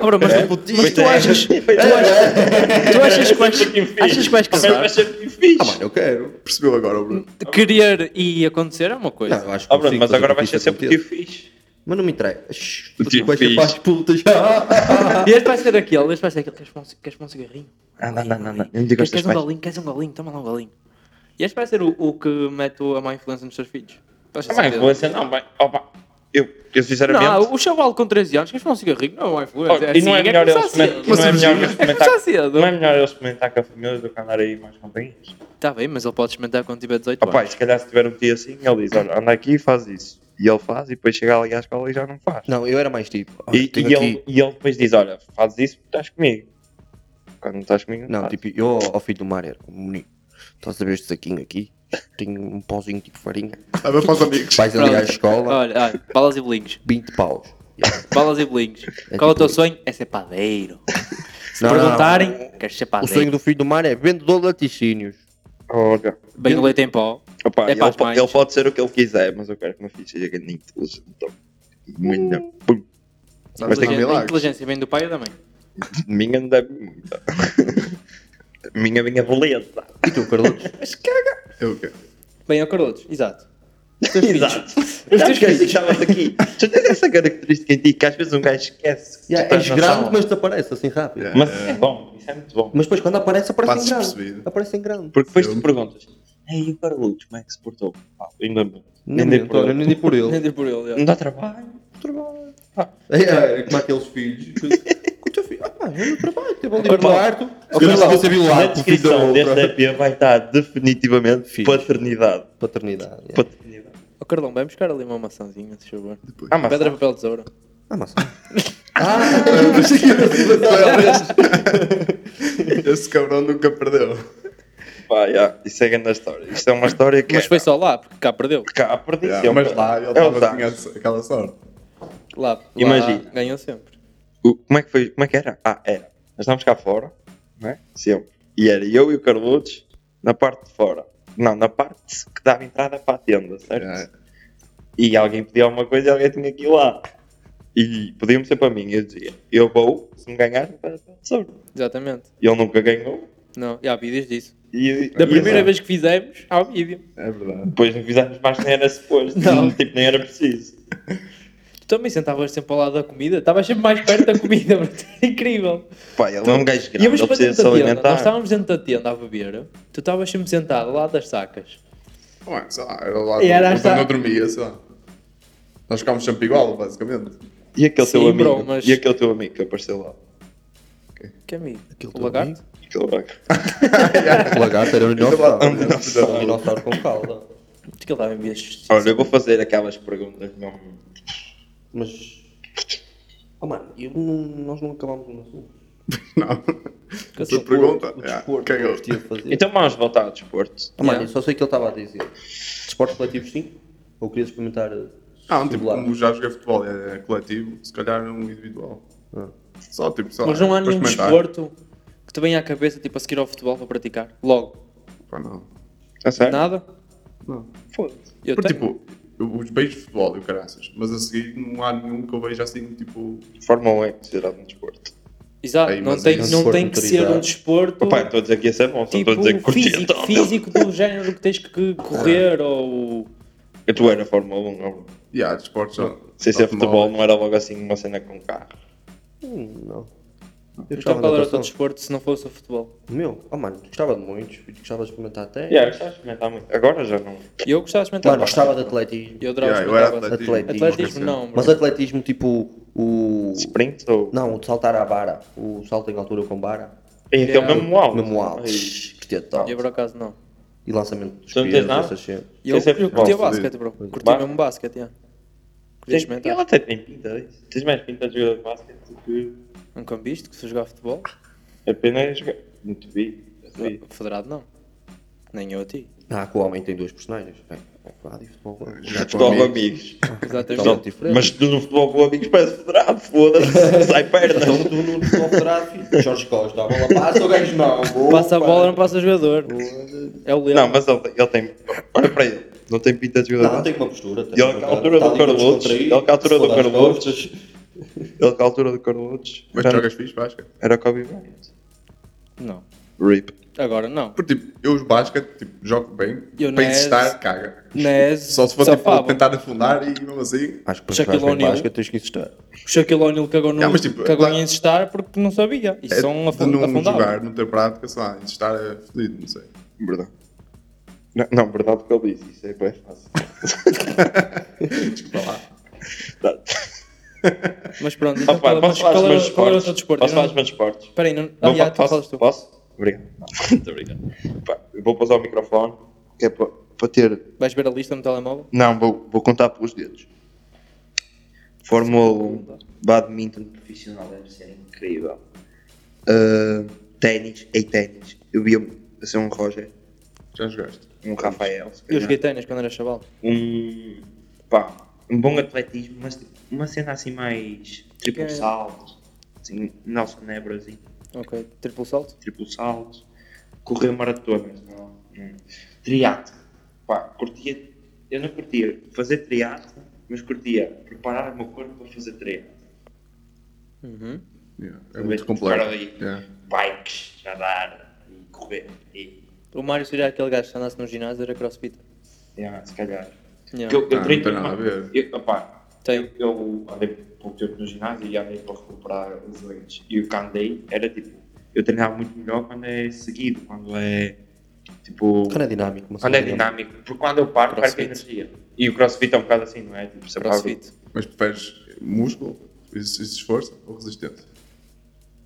Speaker 4: Ora, mas, tipo,
Speaker 3: É?
Speaker 4: mas
Speaker 3: Pois
Speaker 4: tu,
Speaker 3: é.
Speaker 4: achas, tu, achas, tu achas que vais, achas que vais casar?
Speaker 3: Vai ser muito fixe.
Speaker 1: Ah, mano, eu quero.
Speaker 2: Percebeu agora o Bruno?
Speaker 4: Querer e acontecer é uma coisa.
Speaker 1: Não, eu acho que
Speaker 3: Ah, Bruno,
Speaker 1: consigo
Speaker 3: mas
Speaker 1: fazer
Speaker 3: agora
Speaker 1: com que
Speaker 3: vai ser
Speaker 1: isso
Speaker 3: sempre
Speaker 1: aconteça.
Speaker 3: muito fixe.
Speaker 1: Mas não me entrega. Shhh,
Speaker 3: O tio
Speaker 1: Tu vais ser
Speaker 3: fixe.
Speaker 1: para as putas.
Speaker 4: E este vai ser aquele, este vai ser aquele. Queres fumar um ci- queres fumar um cigarrinho?
Speaker 3: Ah, não, não, não. não. Eu não
Speaker 1: é
Speaker 3: digo aos teus
Speaker 4: Queres, queres um
Speaker 3: pais.
Speaker 4: golinho? Queres um golinho? Toma lá um golinho. E este vai ser o, o que mete a má influência nos seus filhos. Vais ter
Speaker 3: Ah, Vai,
Speaker 4: certeza.
Speaker 3: influência não, vai. Opa. Eu, eu sinceramente...
Speaker 4: Não, o chaval com 13 anos, queres fumar um cigarrinho? Não é má
Speaker 3: Oh,
Speaker 4: influência. é
Speaker 3: e não é
Speaker 4: assim,
Speaker 3: melhor
Speaker 4: começar
Speaker 3: eles
Speaker 4: cedo.
Speaker 3: comentar- não é melhor eles
Speaker 4: É
Speaker 3: comentar-
Speaker 4: começar cedo.
Speaker 3: não é melhor eles comentar com a família do que andar aí mais companhias?
Speaker 4: Tá bem, mas ele pode experimentar quando tiver 18
Speaker 3: Ah,
Speaker 4: anos.
Speaker 3: pá, se calhar se tiver um dia assim, ele diz, olha, anda aqui e faz isso. E ele faz, e depois chega ali à escola e já não faz.
Speaker 1: Não, eu era mais tipo. ah,
Speaker 3: e,
Speaker 1: tenho
Speaker 3: e é um-
Speaker 1: aqui-
Speaker 3: ele, e ele depois diz, olha, faz isso porque estás comigo. Quando não estás comigo,
Speaker 1: Não,
Speaker 3: faz.
Speaker 1: tipo, eu ao filho do mar era como menino. Estás a ver este saquinho aqui? Tenho um pauzinho tipo farinha.
Speaker 2: Estava para os amigos.
Speaker 1: Vais ali à
Speaker 4: Pronto.
Speaker 3: Ah.
Speaker 1: escola,
Speaker 4: Olha, olha, balas e bolinhos.
Speaker 1: 20 paus.
Speaker 4: Balas e bolinhos.
Speaker 1: É
Speaker 4: Qual é o teu
Speaker 1: tipo-
Speaker 4: sonho? É ser padeiro. Se
Speaker 1: Não,
Speaker 4: perguntarem, queres ser
Speaker 1: O
Speaker 4: padeiro?
Speaker 1: sonho do filho do mar é vendedor de laticínios.
Speaker 3: Olha.
Speaker 4: Bem o leite em pó.
Speaker 3: Opá,
Speaker 4: É
Speaker 3: ele,
Speaker 4: para as
Speaker 3: po-
Speaker 4: mães.
Speaker 3: ele pode ser o que ele quiser, mas eu quero que o meu filho seja grande e inteligente. Então, muito bem. Pum.
Speaker 2: Mas tem que
Speaker 4: Inteligência-
Speaker 2: milagres.
Speaker 4: inteligência vem do pai e da mãe.
Speaker 3: Minha não deve muito. minha, minha beleza.
Speaker 1: E tu, Carlotes?
Speaker 2: Eu É o quê?
Speaker 4: Bem, ao Carlotes, exato.
Speaker 3: Exato.
Speaker 4: Os
Speaker 3: Já
Speaker 4: teus
Speaker 3: esqueci que
Speaker 4: filhos.
Speaker 3: estavas aqui. Tu tens essa característica em ti que às vezes um gajo esquece. que tu
Speaker 1: Yeah,
Speaker 3: estás
Speaker 1: és
Speaker 3: na
Speaker 1: é grande,
Speaker 3: sala.
Speaker 1: mas desaparece assim rápido.
Speaker 2: Yeah.
Speaker 3: Mas é bom, isso é muito bom.
Speaker 1: Mas depois quando aparece, aparece
Speaker 2: Passa
Speaker 1: em grande.
Speaker 2: despercebido.
Speaker 1: Aparece em grande.
Speaker 3: Porque depois
Speaker 2: Eu-
Speaker 3: tu perguntas, ei, o Carluto, como é que se portou? Pá, ainda bem.
Speaker 1: Nem,
Speaker 3: dei
Speaker 1: nem,
Speaker 3: por ele.
Speaker 1: nem, nem por ele.
Speaker 4: Nem dei por ele,
Speaker 3: Não
Speaker 4: já.
Speaker 3: dá trabalho? Trabalho.
Speaker 1: É, é, como aqueles filhos. Com o teu filho. Ah, pá, eu não trabalho. Teve ali
Speaker 3: Opa.
Speaker 1: no quarto.
Speaker 3: Olha lá,
Speaker 1: Eu sabia
Speaker 3: na
Speaker 1: lá.
Speaker 3: descrição deste EP vai estar definitivamente paternidade.
Speaker 1: Paternidade. é. yeah.
Speaker 3: Paternidade.
Speaker 4: Ó Carlão, vai buscar ali uma maçãzinha, se favor.
Speaker 2: Depois.
Speaker 3: Ah, mas
Speaker 4: Pedra, papel, tesoura.
Speaker 1: Ah, maçã. Ah, eu pensei que era assim, mas-
Speaker 2: Esse cabrão nunca perdeu.
Speaker 3: pá, já, isso é grande história. Isto é uma história que
Speaker 4: Mas
Speaker 3: é,
Speaker 4: foi só lá, porque cá perdeu.
Speaker 3: cá a perdição.
Speaker 2: Yeah, mas lá ele assim,
Speaker 3: É o
Speaker 2: estava
Speaker 3: Zanos.
Speaker 2: tinha essa- aquela sorte.
Speaker 4: Lá, lá
Speaker 3: Imagina.
Speaker 4: ganhou sempre.
Speaker 3: O- como, é que foi, como é que era? Ah, era. Nós estávamos cá fora, não é? Sempre. E era eu e o Carlutos na parte de fora. Não, na parte que dava entrada para a tenda, certo?
Speaker 2: Yeah.
Speaker 3: E alguém pedia alguma coisa e alguém tinha que ir lá. E podiam ser para mim. Eu dizia, eu vou, se me ganhar, para sobre.
Speaker 4: Exatamente.
Speaker 3: Ele nunca ganhou.
Speaker 4: Não, e há vídeos disso.
Speaker 3: E,
Speaker 4: Da
Speaker 3: e
Speaker 4: primeira
Speaker 3: eu-
Speaker 4: vez que fizemos, há um vídeo.
Speaker 2: É verdade.
Speaker 3: Depois não fizemos mais, nem era suposto.
Speaker 4: Não.
Speaker 3: Tipo, nem era preciso.
Speaker 4: Tu também sentavas sempre ao lado da comida, estavas sempre mais perto da comida, bro. Era incrível.
Speaker 3: Pá, ele
Speaker 4: Então,
Speaker 3: é um gajo grande,
Speaker 4: Íamos
Speaker 3: ele
Speaker 4: para
Speaker 3: precisa se
Speaker 4: dentro da tenda, nós
Speaker 3: alimentar.
Speaker 4: estávamos dentro da tenda a beber, tu estavas sempre sentado ao lado das sacas.
Speaker 2: Ué, é, sei lá, era lá
Speaker 4: E era
Speaker 2: quando
Speaker 4: esta-
Speaker 2: eu dormia, sei lá. Nós ficámos sempre igual, basicamente.
Speaker 3: E aquele
Speaker 4: Sim,
Speaker 3: teu amigo,
Speaker 4: bro, mas-
Speaker 3: e aquele teu amigo que apareceu lá.
Speaker 4: Que amigo?
Speaker 1: Aquele
Speaker 4: o
Speaker 1: teu
Speaker 4: lagarto?
Speaker 3: Aquele vaca.
Speaker 1: O lagarto era um dinossauro. Um dinossauro com cauda.
Speaker 4: Acho que ele estava em vias.
Speaker 3: Ah, Olha, eu vou fazer aquelas perguntas não
Speaker 1: Mas. Oh, mano, eu não- nós não acabamos no assunto.
Speaker 2: Não.
Speaker 4: Que
Speaker 2: Essa
Speaker 4: desporto,
Speaker 2: pergunta. é,
Speaker 1: O
Speaker 2: yeah,
Speaker 1: desporto que eu
Speaker 2: cagou.
Speaker 1: gostaria de fazer.
Speaker 3: Então vamos voltar ao desporto.
Speaker 1: Oh, mano,
Speaker 4: Yeah.
Speaker 1: eu só sei o que ele estava a dizer. Desportos coletivos, sim. Ou querias experimentar. eh,
Speaker 2: Não, tipo,
Speaker 1: singular?
Speaker 2: como já joguei futebol é coletivo, se calhar é um individual.
Speaker 1: Ah.
Speaker 2: Só tipo, só.
Speaker 4: Mas não há nenhum desporto que te venha à cabeça, tipo, a seguir ao futebol para praticar. Logo.
Speaker 2: Pá, não.
Speaker 3: Está Tá certo?
Speaker 4: Nada?
Speaker 2: Não.
Speaker 3: Foda-se.
Speaker 4: Eu
Speaker 2: Porque,
Speaker 4: tenho.
Speaker 2: tipo, eu- os beijos de futebol e o caraças, mas a seguir não há nenhum que eu veja assim, tipo.
Speaker 3: Fórmula 1 é considerado um desporto.
Speaker 4: Exato,
Speaker 2: Aí,
Speaker 4: não
Speaker 2: mas
Speaker 4: tem,
Speaker 2: é um
Speaker 4: não
Speaker 1: desporto
Speaker 4: tem que ser um
Speaker 1: motorizado.
Speaker 4: desporto
Speaker 3: Opa, estou a dizer que ia ser bom, só estou a
Speaker 4: tipo
Speaker 3: dizer que curtia.
Speaker 4: físico,
Speaker 3: então.
Speaker 4: físico do género que tens que correr ou
Speaker 3: Eu tu era Fórmula 1, não.
Speaker 2: E há desportos. já-
Speaker 3: Sem ser
Speaker 2: de
Speaker 3: é futebol, não era logo assim uma cena com carro.
Speaker 1: Hum, não. Eu
Speaker 4: Então
Speaker 1: gostava
Speaker 4: qual era o
Speaker 1: de
Speaker 4: teu desporto se não fosse o futebol?
Speaker 1: Meu, oh mano, gostava de muitos, gostava de experimentar até.
Speaker 3: Yeah, eu gostava de experimentar muito. Agora já não.
Speaker 4: Eu gostava de experimentar.
Speaker 1: Mano, gostava de atletismo.
Speaker 4: Eu adorava
Speaker 2: Yeah, eu era
Speaker 4: experimentar
Speaker 2: atletismo.
Speaker 1: Atletismo.
Speaker 4: Atletismo não, bro.
Speaker 1: Mas atletismo tipo o.
Speaker 3: Sprint ou.
Speaker 1: Não, o de saltar à vara. O salto em altura com vara.
Speaker 3: É, Então
Speaker 4: Yeah.
Speaker 3: mesmo alto.
Speaker 1: Mesmo alto.
Speaker 3: Ai.
Speaker 1: Que tal.
Speaker 4: Eu por acaso não.
Speaker 1: E lançamento dos
Speaker 3: Tu não
Speaker 1: pies,
Speaker 3: tens nada?
Speaker 1: essas cenas.
Speaker 4: Eu,
Speaker 3: Esse é
Speaker 4: eu
Speaker 3: futebol,
Speaker 4: curtia
Speaker 2: fodido.
Speaker 4: basquete, bro. Curtia
Speaker 3: Ba-
Speaker 4: mesmo basquete, yeah. Queria
Speaker 3: Tem,
Speaker 4: experimentar.
Speaker 3: ela até tem pinta disso. Tens mais pinta de jogador de basquete do que
Speaker 4: Um cambista que se jogar futebol?
Speaker 3: apenas jogar. Muito bem. muito bem.
Speaker 4: Federado não. Nem eu a ti.
Speaker 1: Ah, que o homem tem dois personagens. Bem, é claro, e futebol.
Speaker 2: Já com
Speaker 3: Futebol
Speaker 2: amigos.
Speaker 3: amigos.
Speaker 1: São
Speaker 4: Exatamente.
Speaker 1: diferentes.
Speaker 3: Mas tu no futebol com amigos parece federado, foda-se. Sai pernas.
Speaker 1: Então tu no futebol tráfico. Jorge Costa, a bola passa, o gajo não. Boa,
Speaker 4: Passa a
Speaker 1: pá.
Speaker 4: bola, não passa o jogador. É o Leo.
Speaker 3: Não, mas ele, tem- ele tem. Olha para ele. Não tem pinta de jogador. de
Speaker 1: Não,
Speaker 3: basquete.
Speaker 1: tem uma postura. tem
Speaker 3: E ele
Speaker 1: uma
Speaker 3: que a
Speaker 1: cara- tá
Speaker 3: altura do
Speaker 1: ali todo
Speaker 3: Carlos.
Speaker 1: descontraído,
Speaker 3: Ele que a altura do
Speaker 1: foda as
Speaker 3: Carlos.
Speaker 1: costas.
Speaker 3: Ele que a altura do Carlos.
Speaker 2: Mas
Speaker 3: era-
Speaker 2: jogas fixe, basquete.
Speaker 3: Era Kobe Bryant.
Speaker 4: Não.
Speaker 3: RIP.
Speaker 4: Agora não.
Speaker 2: Porque, tipo, eu os basquete, tipo, jogo bem,
Speaker 4: Eu não
Speaker 2: para
Speaker 4: é-
Speaker 2: insistar, caga.
Speaker 4: Nes,
Speaker 2: Só se for tipo,
Speaker 4: safava.
Speaker 2: tentar afundar e mesmo assim.
Speaker 1: Acho que para
Speaker 4: Shaquille
Speaker 1: jogares bem
Speaker 4: O'Neal.
Speaker 1: basquete tens que existir.
Speaker 4: O Shaquille O'Neal cagou, no,
Speaker 2: Yeah, mas tipo,
Speaker 4: cagou
Speaker 2: lá-
Speaker 4: em estar porque não sabia. um E
Speaker 2: É,
Speaker 4: são
Speaker 2: de não
Speaker 4: afundados.
Speaker 2: jogar, não ter prática, sei lá, insistar é fodido, não sei.
Speaker 3: Verdade. Não, não, verdade que ele disse. Isso é bem fácil.
Speaker 2: Desculpa lá.
Speaker 3: Tá.
Speaker 4: Mas pronto, então,
Speaker 3: Posso falar
Speaker 4: qual, mas qual
Speaker 3: dos
Speaker 4: era,
Speaker 3: meus
Speaker 4: qual era o
Speaker 3: esportes?
Speaker 4: teu desporto?
Speaker 3: Posso
Speaker 4: Eu não-
Speaker 3: falar dos meus esportes?
Speaker 4: Espera aí, não... Ah,
Speaker 3: Não,
Speaker 4: yeah, tu
Speaker 3: posso,
Speaker 4: falas tu.
Speaker 3: posso? Obrigado. Muito obrigado. Pá, eu vou pousar o microfone, que é para, para ter.
Speaker 4: Vais ver a lista no telemóvel?
Speaker 3: Não, vou, vou contar pelos dedos. Fórmula 1, badminton profissional deve ser incrível. Ah, ténis, ei ténis. Eu via ser um Roger,
Speaker 2: Já jogaste.
Speaker 3: um Rafael, se
Speaker 4: Eu
Speaker 3: calhar.
Speaker 4: joguei ténis quando era chaval.
Speaker 3: um, pá, um bom atletismo, mas tipo, uma cena assim mais triplo
Speaker 4: É.
Speaker 3: salto, assim, Nelson Nebra, assim,
Speaker 4: Ok, triplo salto.
Speaker 3: triplo salto, correr maratonas, não, hum. triatlo, pá, curtia, eu não curtia fazer triatlo, mas curtia preparar o meu corpo para fazer triatlo.
Speaker 4: Uhum.
Speaker 2: Yeah, É
Speaker 3: Em vez
Speaker 2: muito
Speaker 3: de
Speaker 2: completo.
Speaker 3: ficar ali.
Speaker 2: Yeah.
Speaker 3: Bikes, nadar e correr. E,
Speaker 4: O Mário seria aquele gajo que andasse no ginásio era crossfit.
Speaker 3: yeah, se calhar.
Speaker 4: Yeah.
Speaker 3: Que eu, eu
Speaker 2: Ah,
Speaker 3: treino
Speaker 2: não tem nada a
Speaker 3: muito mal.
Speaker 2: ver.
Speaker 3: Eu, opá,
Speaker 4: Tem.
Speaker 3: eu andei pouco tempo no ginásio e andei para recuperar os joelhos. E o que andei era tipo, eu treinava muito melhor quando é seguido, quando é tipo.
Speaker 1: Quando é dinâmico, uma
Speaker 3: Quando é
Speaker 1: cena
Speaker 3: dinâmico, porque quando eu paro, perco
Speaker 4: Crossfit.
Speaker 3: energia. E o crossfit é um bocado assim, não é? Tipo, você para-
Speaker 4: Crossfit.
Speaker 2: Mas preferes músculo, isso, isso esforço ou resistência?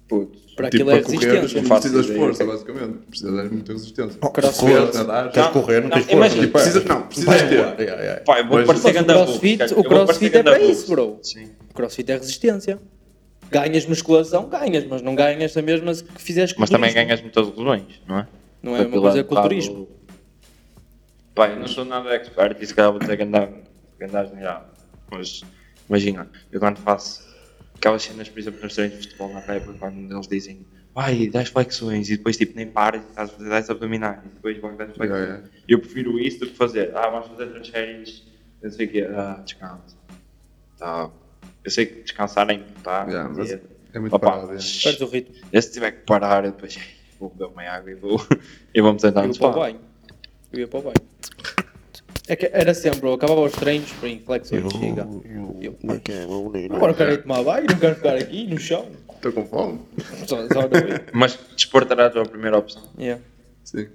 Speaker 3: Putz.
Speaker 4: Para
Speaker 2: tipo,
Speaker 4: aquilo é
Speaker 2: para correr,
Speaker 4: resistência.
Speaker 2: não
Speaker 3: faço
Speaker 2: precisas de
Speaker 3: ideia.
Speaker 2: força, basicamente. Precisas de muita resistência.
Speaker 1: Oh,
Speaker 4: Crossfit.
Speaker 2: Correr, nadar,
Speaker 1: Queres
Speaker 3: Não,
Speaker 1: correr, não
Speaker 3: não,
Speaker 1: tens força.
Speaker 3: imagina,
Speaker 1: Tipo,
Speaker 2: precisas- é não, precisas
Speaker 1: vais
Speaker 2: ter.
Speaker 1: voar, yeah, yeah.
Speaker 3: Pá, eu vou
Speaker 2: Mas-
Speaker 3: parecer
Speaker 4: Mas o
Speaker 3: ganda burro,
Speaker 4: crossfit-
Speaker 3: cara.
Speaker 4: o
Speaker 3: Eu vou parecer
Speaker 4: crossfit é
Speaker 3: ganda
Speaker 4: para
Speaker 3: burro.
Speaker 4: isso, bro.
Speaker 3: Sim.
Speaker 4: Crossfit é resistência. Ganhas musculação, ganhas, mas não ganhas a mesma que fizeste
Speaker 3: Mas também
Speaker 4: culturismo.
Speaker 3: ganhas muitas lesões, não é?
Speaker 4: Não é uma
Speaker 3: Aquilo
Speaker 4: coisa
Speaker 3: um
Speaker 4: culturismo.
Speaker 3: bocado- Pá, eu não sou nada expert e se calhar vou dizer que andar general. Mas imagina, eu quando faço aquelas cenas, por exemplo, nos treinos de futebol na régua, quando eles dizem vai, 10 flexões e depois tipo nem pares e estás a fazer 10 abdominais e depois vai 10 flexões.
Speaker 2: Yeah, yeah.
Speaker 3: Eu prefiro isso do que fazer, ah, vamos fazer três séries, não sei o quê, ah, descanso. Tá. Eu sei que descansar é importante.
Speaker 2: Yeah, mas
Speaker 3: e-
Speaker 2: é muito
Speaker 3: Opa,
Speaker 2: parado, é.
Speaker 4: Perdes o ritmo.
Speaker 3: eu se tiver que parar, eu depois vou beber uma água e vou, e vou me sentar
Speaker 4: Eu
Speaker 3: no
Speaker 4: ia para o
Speaker 3: sofá.
Speaker 4: banho. Eu ia para o banho. É que era sempre, bro. Acabava os treinos, por inflexões, chega. Eu-
Speaker 1: Como é que é, meu menino?
Speaker 4: Agora quero ir tomar banho, não quero ficar aqui no chão.
Speaker 2: Estou com fome?
Speaker 4: Só, só no banho.
Speaker 3: Mas desporto era a tua primeira opção?
Speaker 4: Yeah.
Speaker 2: Sim.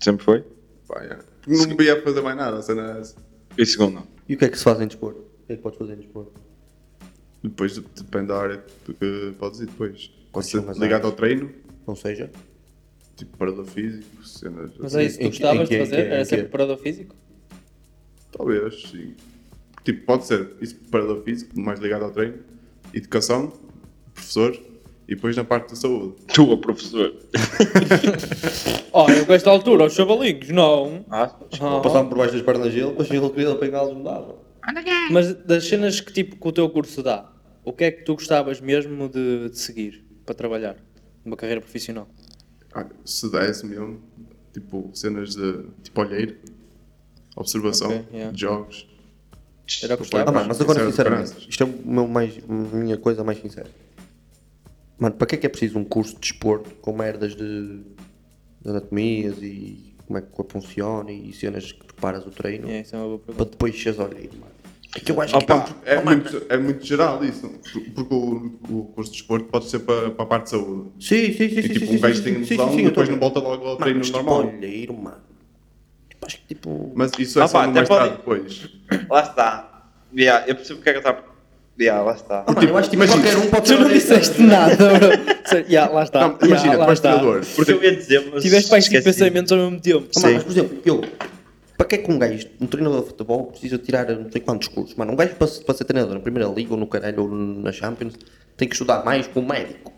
Speaker 3: Sempre foi?
Speaker 2: Pá, yeah. Não me ia fazer mais nada, a cena é essa.
Speaker 3: E segunda?
Speaker 1: E o que é que se faz em desporto? O que é que podes fazer em desporto?
Speaker 2: Depois de- depende da área que podes ir depois. Podes ser
Speaker 1: são as áreas?
Speaker 2: ligado ao treino,
Speaker 1: Ou seja,
Speaker 2: tipo parador físico, cenas.
Speaker 4: Mas é isso que tu
Speaker 1: Em que- em
Speaker 4: gostavas
Speaker 1: que-
Speaker 4: de
Speaker 1: em
Speaker 4: fazer?
Speaker 1: que- em
Speaker 4: Era
Speaker 1: que-
Speaker 4: sempre preparador físico?
Speaker 2: Talvez, sim. Tipo, pode ser isso preparador físico, mais ligado ao treino, educação, professor e depois na parte da saúde.
Speaker 3: Tua, professor.
Speaker 4: Oh, eu com esta altura, aos chavalinhos, não.
Speaker 3: Ah,
Speaker 4: Oh.
Speaker 1: passavam por baixo das pernas dele, mas ele queria apanhá-los, não dava.
Speaker 4: Mas das cenas que tipo que o teu curso dá, o que é que tu gostavas mesmo de, de seguir para trabalhar numa carreira profissional?
Speaker 2: Olha, Ah, se desse mesmo, tipo, cenas de tipo olheiro, observação,
Speaker 4: Ok, yeah.
Speaker 2: de jogos.
Speaker 4: Era o que gostavas?
Speaker 1: Ah, mano, mas agora
Speaker 2: Isso é
Speaker 1: sinceramente,
Speaker 2: diferença.
Speaker 1: isto é o meu mais, minha coisa mais sincera. Mano, para que é que é preciso um curso de desporto com merdas de, de anatomias e como é que o corpo funciona e cenas que preparas o treino
Speaker 4: É, isso é uma boa
Speaker 1: para
Speaker 4: pergunta.
Speaker 1: depois seres olheiro, mano? É que eu acho
Speaker 2: Opa,
Speaker 1: que
Speaker 2: é, muito, é muito geral isso, por- porque o, o curso de desporto pode ser para, para a parte de saúde.
Speaker 1: Sim, sim, sim,
Speaker 2: E
Speaker 1: sim.
Speaker 2: tipo,
Speaker 1: sim,
Speaker 2: um gajo
Speaker 1: sim,
Speaker 2: tem
Speaker 1: sim, sim,
Speaker 2: lesão
Speaker 1: sim,
Speaker 2: e
Speaker 1: eu
Speaker 2: depois
Speaker 1: tô-
Speaker 2: não volta logo ao
Speaker 1: Mano,
Speaker 2: treino
Speaker 1: mas tipo,
Speaker 2: normal.
Speaker 1: olheiro, mano. Tipo, acho que tipo...
Speaker 2: Mas isso é
Speaker 3: Ah,
Speaker 2: só
Speaker 3: pá,
Speaker 2: no
Speaker 3: até
Speaker 2: mais
Speaker 3: pode-
Speaker 2: tarde depois.
Speaker 3: Lá está. Yeah, eu percebo porque é que eu estava... Yeah, lá está.
Speaker 1: Ah, mano, eu acho que tipo,
Speaker 2: imagina-
Speaker 1: qualquer um pode
Speaker 4: Tu
Speaker 1: ser
Speaker 4: não
Speaker 1: olheiro.
Speaker 4: disseste nada, bro. Sério, yeah, lá está.
Speaker 2: Não,
Speaker 4: yeah,
Speaker 2: imagina, tu
Speaker 4: lá
Speaker 2: vais
Speaker 4: está.
Speaker 2: treinador.
Speaker 3: Porque eu ia dizer, mas
Speaker 4: Tiveste mais cinco
Speaker 3: esqueci.
Speaker 4: pensamentos ao mesmo tempo.
Speaker 1: Ah, mano, mas por exemplo, eu, para que é que um gajo, um treinador de futebol, precisa tirar não sei quantos cursos? Mano, um gajo para, se- para ser treinador na Primeira Liga ou no caralho ou na Champions tem que estudar mais que um médico.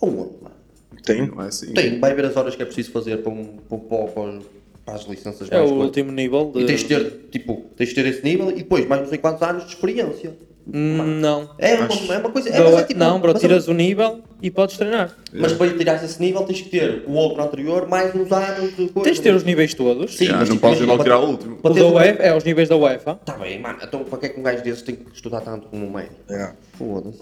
Speaker 1: Ou onde, mano?
Speaker 3: Tem.
Speaker 2: Não é assim.
Speaker 1: Tem, vai ver as horas que é preciso fazer para, um, para, um- para, para- para as licenças
Speaker 4: É
Speaker 1: mais
Speaker 4: o
Speaker 1: coisas.
Speaker 4: último nível de...
Speaker 1: E tens de ter, tipo, tens de ter esse nível e depois mais não sei quantos anos de experiência.
Speaker 4: Hum, Não.
Speaker 1: É uma, é uma coisa. É,
Speaker 4: Bro,
Speaker 1: mas é tipo,
Speaker 4: não, bro,
Speaker 1: mas é-
Speaker 4: tiras o nível e podes treinar.
Speaker 1: Mas para tirares esse nível tens que ter o outro anterior mais uns anos de coisa.
Speaker 4: Tens de ter os níveis todos.
Speaker 1: Sim,
Speaker 2: Já,
Speaker 1: mas
Speaker 2: não
Speaker 1: tipo,
Speaker 2: podes
Speaker 1: imagina,
Speaker 2: logo
Speaker 1: para-
Speaker 2: tirar o último.
Speaker 1: para
Speaker 4: O
Speaker 1: teres
Speaker 4: da
Speaker 1: um-
Speaker 4: UEFA é os níveis da UEFA.
Speaker 1: Tá bem, mano. Então para que é que um gajo desses tem que estudar tanto como um médico?
Speaker 3: Yeah.
Speaker 1: Foda-se.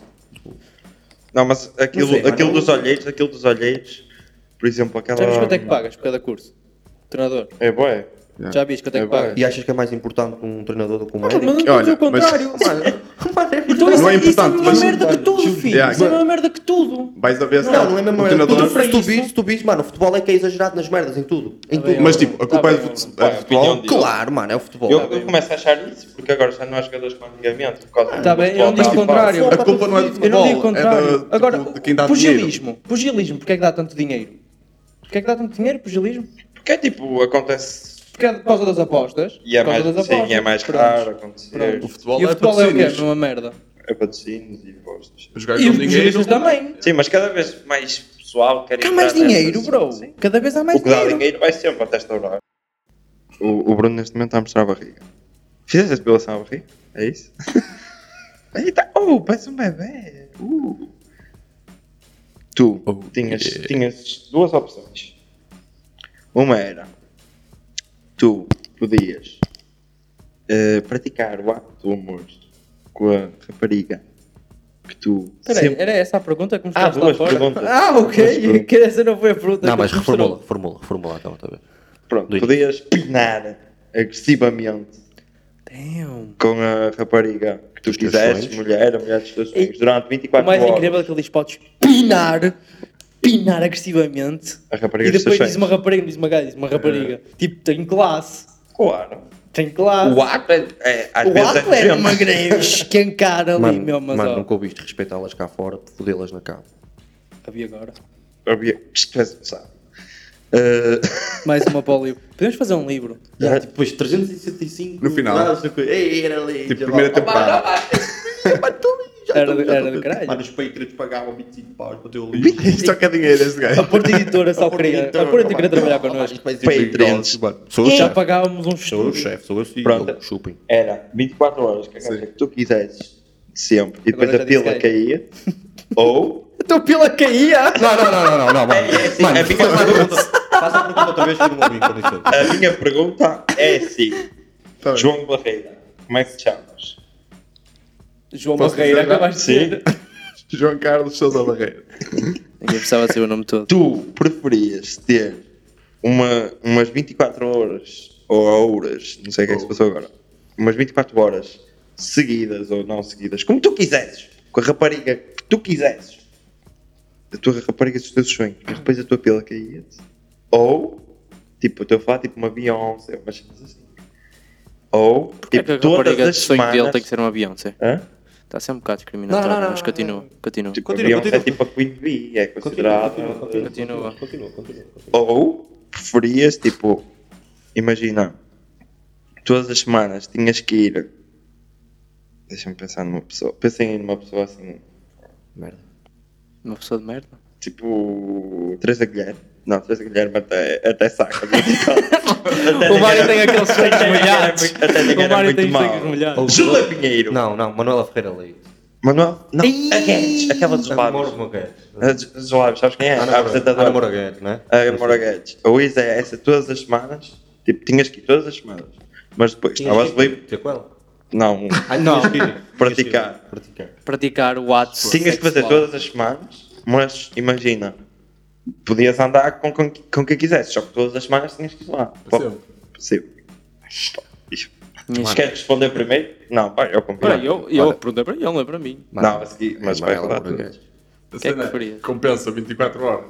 Speaker 3: Não, mas aquilo,
Speaker 1: Não sei, mano,
Speaker 3: aquilo
Speaker 1: eu-
Speaker 3: dos olheiros, aquilo dos olheiros, por exemplo, aquela...
Speaker 4: Já viste quanto é que pagas por cada curso? Treinador.
Speaker 3: É boa,
Speaker 2: Yeah.
Speaker 4: Já viste quanto é
Speaker 3: É
Speaker 4: que pagas?
Speaker 1: E achas que é mais importante um treinador do que um
Speaker 4: Mas não
Speaker 1: médico?
Speaker 4: estou a dizer
Speaker 2: Olha,
Speaker 4: o contrário. Mano,
Speaker 1: Então
Speaker 4: Então isso,
Speaker 2: Não é
Speaker 4: é isso é a
Speaker 2: importante,
Speaker 4: mesma
Speaker 2: mas-
Speaker 4: merda que tudo, filho.
Speaker 2: Yeah,
Speaker 4: Isso é a
Speaker 2: claro.
Speaker 4: mesma merda que tudo.
Speaker 2: Vais a ver se
Speaker 1: Não, não é mesmo.
Speaker 2: o
Speaker 1: é
Speaker 2: treinador. assim.
Speaker 1: tudo- Se tu
Speaker 4: Então isso.
Speaker 1: vires, se tu vires, mano, o futebol é que é exagerado nas merdas, em tudo. Em
Speaker 4: Tá bem,
Speaker 1: tudo.
Speaker 2: Mas tipo, a
Speaker 4: Tá
Speaker 2: culpa é
Speaker 4: bem,
Speaker 2: do
Speaker 4: mano.
Speaker 2: fut-
Speaker 3: Pá,
Speaker 2: é do futebol.
Speaker 3: opinião dele.
Speaker 1: Claro, mano, é o futebol.
Speaker 4: tá
Speaker 3: Eu, eu começo a achar isso, porque agora já não há jogadores com antigamente. por causa
Speaker 4: Tá
Speaker 3: do
Speaker 4: bem, eu não
Speaker 3: futebol,
Speaker 4: digo o
Speaker 3: tá?
Speaker 4: contrário.
Speaker 2: A culpa não é do
Speaker 4: Eu não digo o
Speaker 2: futebol, é
Speaker 4: contrário.
Speaker 2: da, tipo,
Speaker 4: Agora,
Speaker 2: de quem dá dinheiro.
Speaker 4: pugilismo. Pugilismo, porque é que dá tanto dinheiro? Porque é que dá tanto dinheiro, pugilismo?
Speaker 3: Porque é tipo, acontece...
Speaker 4: Porque é por causa das apostas.
Speaker 3: E é
Speaker 4: por causa
Speaker 3: mais,
Speaker 4: das
Speaker 3: sim,
Speaker 4: apostas.
Speaker 3: e é mais
Speaker 4: Pronto.
Speaker 3: raro acontecer.
Speaker 4: Pronto.
Speaker 2: O futebol
Speaker 4: E o
Speaker 2: é
Speaker 4: futebol é o quê?
Speaker 2: patrocínios.
Speaker 4: Uma merda.
Speaker 3: É patrocínios e impostos.
Speaker 2: Os
Speaker 4: E os
Speaker 2: gajos dão dinheiro.
Speaker 4: pugilistas também.
Speaker 3: Sim, mas cada vez mais pessoal quer
Speaker 4: Porque há
Speaker 3: entrar
Speaker 4: mais
Speaker 3: nessas-
Speaker 4: dinheiro, bro.
Speaker 3: Sim.
Speaker 4: Cada vez há mais
Speaker 3: O que dá
Speaker 4: dinheiro.
Speaker 3: dinheiro vai sempre até estourar. O, o Bruno neste momento está a mostrar a barriga. Fizeste a depilação à barriga? É isso? Eita, oh, parece um bebê. Uh. Tu tinhas, tinhas duas opções. Uma era tu podias eh, praticar o ato do amor com a rapariga que tu
Speaker 4: Peraí,
Speaker 3: sempre...
Speaker 4: era essa a pergunta que me
Speaker 3: Ah,
Speaker 4: fizeste lá
Speaker 3: duas
Speaker 4: fora?
Speaker 3: perguntas.
Speaker 4: Ah,
Speaker 3: Duas
Speaker 4: ok.
Speaker 3: perguntas.
Speaker 4: Que essa não foi a pergunta
Speaker 1: Não,
Speaker 4: que
Speaker 1: mas
Speaker 4: me mostrou.
Speaker 1: reformula, formula, formula então outra vez.
Speaker 3: Pronto,
Speaker 1: Diz.
Speaker 3: podias pinar agressivamente
Speaker 4: Damn.
Speaker 3: com a rapariga que tu
Speaker 1: Dos teus
Speaker 3: quisesses,
Speaker 1: sonhos.
Speaker 3: mulher, a mulher dos teus
Speaker 4: Ei,
Speaker 3: sonhos, durante
Speaker 4: O
Speaker 3: 24
Speaker 4: mais
Speaker 3: horas.
Speaker 4: incrível é que ele diz: podes pinar, pinar agressivamente.
Speaker 3: A rapariga é
Speaker 4: E
Speaker 3: dos
Speaker 4: depois
Speaker 3: teus sonhos.
Speaker 4: diz uma rapariga, diz uma gaja, diz uma rapariga. Tipo, tem classe.
Speaker 3: Claro.
Speaker 4: Tem classe.
Speaker 3: O ato é, é às
Speaker 4: O
Speaker 3: vezes
Speaker 4: ato era
Speaker 3: nojento.
Speaker 4: uma greve escancar ali mesmo, mas
Speaker 1: mano
Speaker 4: ó.
Speaker 1: nunca ouviste respeitá-las cá fora, fodê-las na cama.
Speaker 4: Havia agora.
Speaker 3: Havia- sabe? Eh,
Speaker 4: Mais uma para o livro. Podemos fazer um livro.
Speaker 1: Yeah, tipo, depois 365
Speaker 2: No final.
Speaker 1: graus, não sei o quê. Ei, era ali.
Speaker 2: Tipo, primeira temporada.
Speaker 4: Era- era do caralho.
Speaker 1: Mas os Patriots pagavam 25 paus para o teu livro.
Speaker 2: Isto só quer dinheiro, este
Speaker 4: A
Speaker 2: gajo.
Speaker 4: Porta Editora só é
Speaker 1: A Porta
Speaker 4: queria.
Speaker 1: Editora,
Speaker 4: A Porta queria
Speaker 1: mano.
Speaker 4: trabalhar
Speaker 1: Ah,
Speaker 4: connosco.
Speaker 1: Então, isto vai ser
Speaker 3: Patriots.
Speaker 1: big dollars, mano. Sou o
Speaker 4: Já
Speaker 1: chefe.
Speaker 4: pagávamos
Speaker 1: Sou o
Speaker 4: um estudo.
Speaker 1: chefe, sou o CEO.
Speaker 3: Pronto.
Speaker 1: Chupem.
Speaker 3: era 24 horas, que a gaja que tu quisesses, sempre, e depois
Speaker 4: Agora já
Speaker 3: a pila
Speaker 4: disse que é.
Speaker 3: caía, ou
Speaker 4: A tua Então pila caía!
Speaker 1: Não, não, não, não, não, não, mano.
Speaker 3: sim,
Speaker 1: Mano,
Speaker 3: é big
Speaker 1: faz a pergunta- faz a pergunta outra vez que eu não ouvi, com licença.
Speaker 3: a minha pergunta é assim,
Speaker 2: Tá bem.
Speaker 3: João Barreira, como é que te chamas?
Speaker 4: João
Speaker 2: Posso
Speaker 4: Barreira,
Speaker 2: dizer já?
Speaker 4: acabaste de
Speaker 3: Sim.
Speaker 4: dizer.
Speaker 2: João Carlos Sousa Barreira.
Speaker 4: Ninguém precisava saber o nome todo.
Speaker 3: Tu preferias ter uma, umas 24 horas, ou horas, não sei o que é que se passou agora, umas 24 horas seguidas ou não seguidas, como tu quiseres, com a rapariga que tu quiseres, a tua rapariga dos teus sonhos, mas depois a tua pila caía-te, ou, tipo, eu estou a falar tipo uma Beyoncé, ou umas coisas assim, ou, tipo, todas as semanas...
Speaker 4: ser um avião, sei.
Speaker 3: Hã?
Speaker 4: Está a ser um bocado
Speaker 1: discriminatório, Não, não, não, mas não, continua,
Speaker 4: continua.
Speaker 3: Tipo,
Speaker 1: Continua,
Speaker 3: a Beyoncé é
Speaker 1: continua.
Speaker 3: tipo a Queen Bee, é considerada...
Speaker 1: continua, continua, continua.
Speaker 3: Ou preferias, tipo, imagina, todas as semanas tinhas que ir. Deixa-me pensar numa pessoa. Pensem numa pessoa assim,
Speaker 1: Merda.
Speaker 4: Uma pessoa de merda.
Speaker 3: tipo, Teresa Guilherme. Não, Teresa Guilherme até, até saca.
Speaker 4: O
Speaker 3: o
Speaker 4: Mário tem aqueles sonhos molhados.
Speaker 3: Até ninguém
Speaker 4: O
Speaker 3: era
Speaker 4: Mário
Speaker 3: muito
Speaker 4: tem os
Speaker 3: mau.
Speaker 4: sonhos molhados.
Speaker 1: Ou-
Speaker 3: Júlia Pinheiro.
Speaker 1: Não, não, Manuela Ferreira Leite.
Speaker 3: Manuel? Não,
Speaker 4: Ih!
Speaker 3: a Guedes. Aquela dos
Speaker 1: Amor
Speaker 3: lábios.
Speaker 1: Mogueira.
Speaker 3: A dos- Dos lábios, sabes quem é? A
Speaker 1: Ana
Speaker 3: apresentadora.
Speaker 1: Moraguete, né?
Speaker 3: A Mora Guedes. Ou isso é essa todas as semanas. Tipo, tinhas que ir todas as semanas. Ah, Mas depois, estavas livre.
Speaker 1: Ter com ela?
Speaker 3: Não,
Speaker 1: Ah, não. Praticar. Praticar.
Speaker 4: Praticar o ato.
Speaker 3: Tinhas que fazer
Speaker 4: sexual.
Speaker 3: todas as semanas, mas imagina, podias andar com, com, com quem quisesse, só que todas as semanas tinhas que é ir lá.
Speaker 2: Percebo.
Speaker 3: Percebo.
Speaker 4: Mas-
Speaker 3: Queres responder primeiro? Não, vai, eu compro.
Speaker 4: Peraí, eu, eu perguntei para ele, ele não é para mim.
Speaker 3: Não, a seguir, mas vai
Speaker 1: Manuela
Speaker 3: falar
Speaker 1: Moraguete.
Speaker 3: tudo.
Speaker 2: A
Speaker 4: que é que
Speaker 2: cena
Speaker 4: preferias?
Speaker 2: Compensa 24 horas.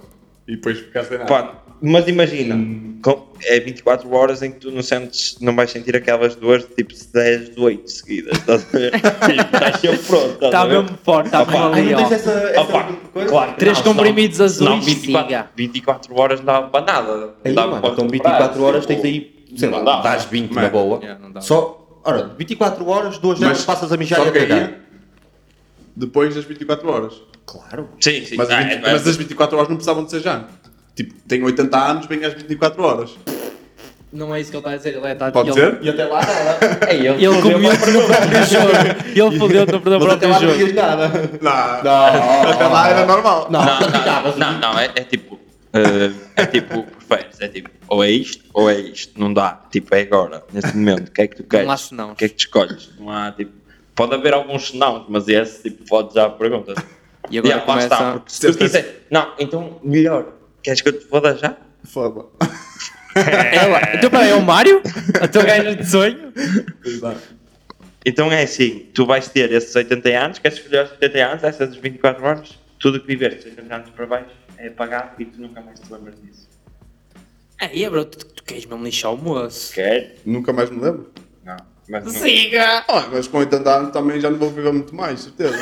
Speaker 2: E depois ficar sem nada.
Speaker 3: Pá, mas imagina, com- é 24 horas em que tu não sentes, não vais sentir aquelas duas tipo 10, 8 seguidas, estás a ver? Tipo, Estás sempre pronto, estás
Speaker 4: Está
Speaker 3: a ver?
Speaker 4: Tá mesmo forte, está
Speaker 3: Opa,
Speaker 4: mesmo ali, ó.
Speaker 3: Ah, pá, claro, que
Speaker 4: Três
Speaker 3: não, senão-
Speaker 4: comprimidos azuis,
Speaker 3: Não, 24,
Speaker 4: siga.
Speaker 3: 24 horas não dava para nada.
Speaker 1: Aí,
Speaker 3: Dava
Speaker 1: mano,
Speaker 3: para
Speaker 1: então
Speaker 3: comprar,
Speaker 1: 24 horas
Speaker 3: tipo,
Speaker 1: tens aí, sei lá,
Speaker 3: não dá.
Speaker 1: dás 20 na
Speaker 2: Mano.
Speaker 1: boa.
Speaker 4: Yeah, é, não dá.
Speaker 1: Só, ora, 24 horas, 2
Speaker 2: Mas
Speaker 1: horas passas a mijar
Speaker 2: só
Speaker 1: e a
Speaker 2: quem
Speaker 1: cagar.
Speaker 2: Depois das 24 horas.
Speaker 1: Claro.
Speaker 3: Sim, sim.
Speaker 2: Mas,
Speaker 3: Ah,
Speaker 2: as 20
Speaker 3: é,
Speaker 2: mas as 24 horas não precisavam de ser já. Tipo, tenho 80 anos, venho às 24 horas.
Speaker 4: Não é isso que ele está a dizer, ele está
Speaker 2: Pode
Speaker 4: ele,
Speaker 2: ser?
Speaker 1: E até lá
Speaker 4: tá
Speaker 1: nada.
Speaker 3: É ele.
Speaker 4: Ele comeu para o próprio jogo. Ele fodeu para o
Speaker 1: Mas até lá
Speaker 4: próprio
Speaker 1: não
Speaker 4: jogo.
Speaker 1: dizias nada.
Speaker 2: Não,
Speaker 1: Não.
Speaker 2: até lá era normal.
Speaker 1: Não,
Speaker 3: Não,
Speaker 1: praticavas.
Speaker 3: não, não, não, é, é tipo. eh, é tipo, preferes, é tipo, ou é isto, ou é isto, não dá, tipo, é agora, neste momento, o que é que tu queres?
Speaker 4: há senãos.
Speaker 3: O que é que tu escolhes? Não há, tipo, pode haver alguns senãos, mas esse, tipo, pode já perguntas.
Speaker 4: E agora
Speaker 3: Yeah, ah, lá
Speaker 4: começa-
Speaker 3: está, porque se tu quiser, não, então, melhor, queres que eu te foda já?
Speaker 2: Foda.
Speaker 4: Ela, então peraí, é o Mário? A tua gaja de sonho?
Speaker 3: Então é assim, tu vais ter esses 80 anos, queres escolher os 80 anos, essas 24 horas, tudo o que viveste, 80 anos para baixo, é pagar e tu nunca mais te lembras disso.
Speaker 4: Aí, É, bro, tu, tu queres mesmo lixar o moço?
Speaker 3: Quer?
Speaker 2: Nunca mais me lembro.
Speaker 3: Não. Mas não.
Speaker 4: Siga!
Speaker 2: Ah, mas com 80 anos também já não vou viver muito mais, certeza.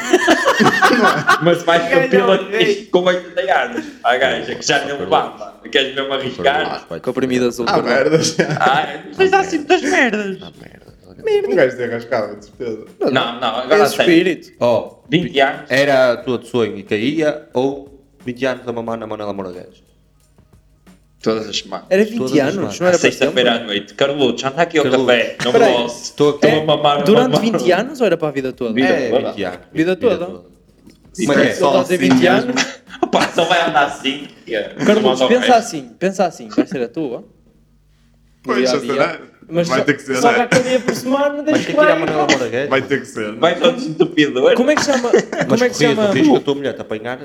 Speaker 3: Mas vais
Speaker 4: Ganhou,
Speaker 3: com pila
Speaker 4: ganhou.
Speaker 3: isto com 80 anos. A gaja que já não levanta. Queres mesmo arriscar?
Speaker 4: Comprimido azul.
Speaker 2: Ah, merda.
Speaker 3: Ah, mas há assim das merdas.
Speaker 2: Um gajo derrascado, de certeza.
Speaker 3: Não, não, agora
Speaker 4: Esse
Speaker 3: sei.
Speaker 4: espírito.
Speaker 1: Oh,
Speaker 3: 20 anos.
Speaker 1: era a tua de sonho e caía ou 20 anos a mamar na Manuela Moraguete.
Speaker 3: Todas as semanas.
Speaker 4: Era
Speaker 1: Todas
Speaker 4: 20
Speaker 1: as
Speaker 4: anos,
Speaker 1: semanas.
Speaker 4: não era um para
Speaker 3: Sexta-feira à
Speaker 4: sempre?
Speaker 3: noite. Carlutos, anda aqui ao
Speaker 1: Carlutos,
Speaker 3: café. Não
Speaker 4: peraí.
Speaker 3: posso.
Speaker 1: Estou aqui.
Speaker 3: a mamar.
Speaker 4: Durante
Speaker 3: mamar.
Speaker 4: 20 anos ou era para a vida toda?
Speaker 3: Ah, Vida
Speaker 1: É,
Speaker 3: toda.
Speaker 1: 20 anos.
Speaker 4: Vida toda.
Speaker 2: Sim,
Speaker 1: Mas é
Speaker 4: Só assim,
Speaker 1: só
Speaker 4: estás a 20 anos?
Speaker 3: Pá, só vai andar assim.
Speaker 4: Carlos, pensa assim, pensa assim, vai ser a tua.
Speaker 2: Pois,
Speaker 4: dia a
Speaker 2: já
Speaker 4: dia.
Speaker 2: será.
Speaker 4: Mas
Speaker 2: Vai
Speaker 4: só,
Speaker 2: ter que ser,
Speaker 4: só
Speaker 2: né?
Speaker 4: cada dia por semana,
Speaker 1: Vais ter
Speaker 4: deixa
Speaker 1: que ir à
Speaker 4: claro.
Speaker 1: Manuela Moraguete.
Speaker 2: Vai ter que ser. né?
Speaker 3: Vais ao desentupidor.
Speaker 4: Como é que chama?
Speaker 1: Mas
Speaker 4: Como é que
Speaker 1: corrias
Speaker 4: chama?
Speaker 1: o risco da tua mulher te apanhar.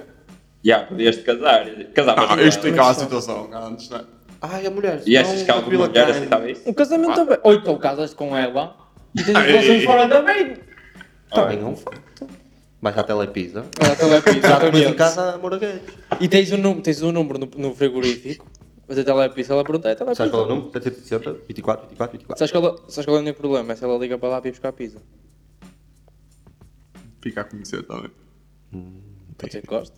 Speaker 3: Já, podias-te casar. Casavas
Speaker 2: Não,
Speaker 3: com
Speaker 2: Ah, eu
Speaker 3: ela.
Speaker 2: explicava a situação antes, né?
Speaker 1: Ai, a mulher.
Speaker 3: E achas que alguma mulher aceitava isso?
Speaker 4: Um casamento também. Ou então casas com ela e tens
Speaker 2: Ah,
Speaker 4: relações
Speaker 2: e-
Speaker 4: fora também.
Speaker 1: Também é um facto. Mas à telepisa.
Speaker 4: Ela também é pizza,
Speaker 1: Já comes em
Speaker 4: exatamente.
Speaker 1: casa a Moraguete.
Speaker 4: E tens o número, tens o número no, no frigorífico. Mas a telepizza, ela pergunta, é telepizza.
Speaker 1: Sabes qual é o número? 360, 24, 24, 24.
Speaker 4: Sabes qual, é- sabes qual é o único problema? É se ela liga para lá para ir buscar a pizza.
Speaker 2: Fica a conhecer tá também.
Speaker 4: Pode ser que goste.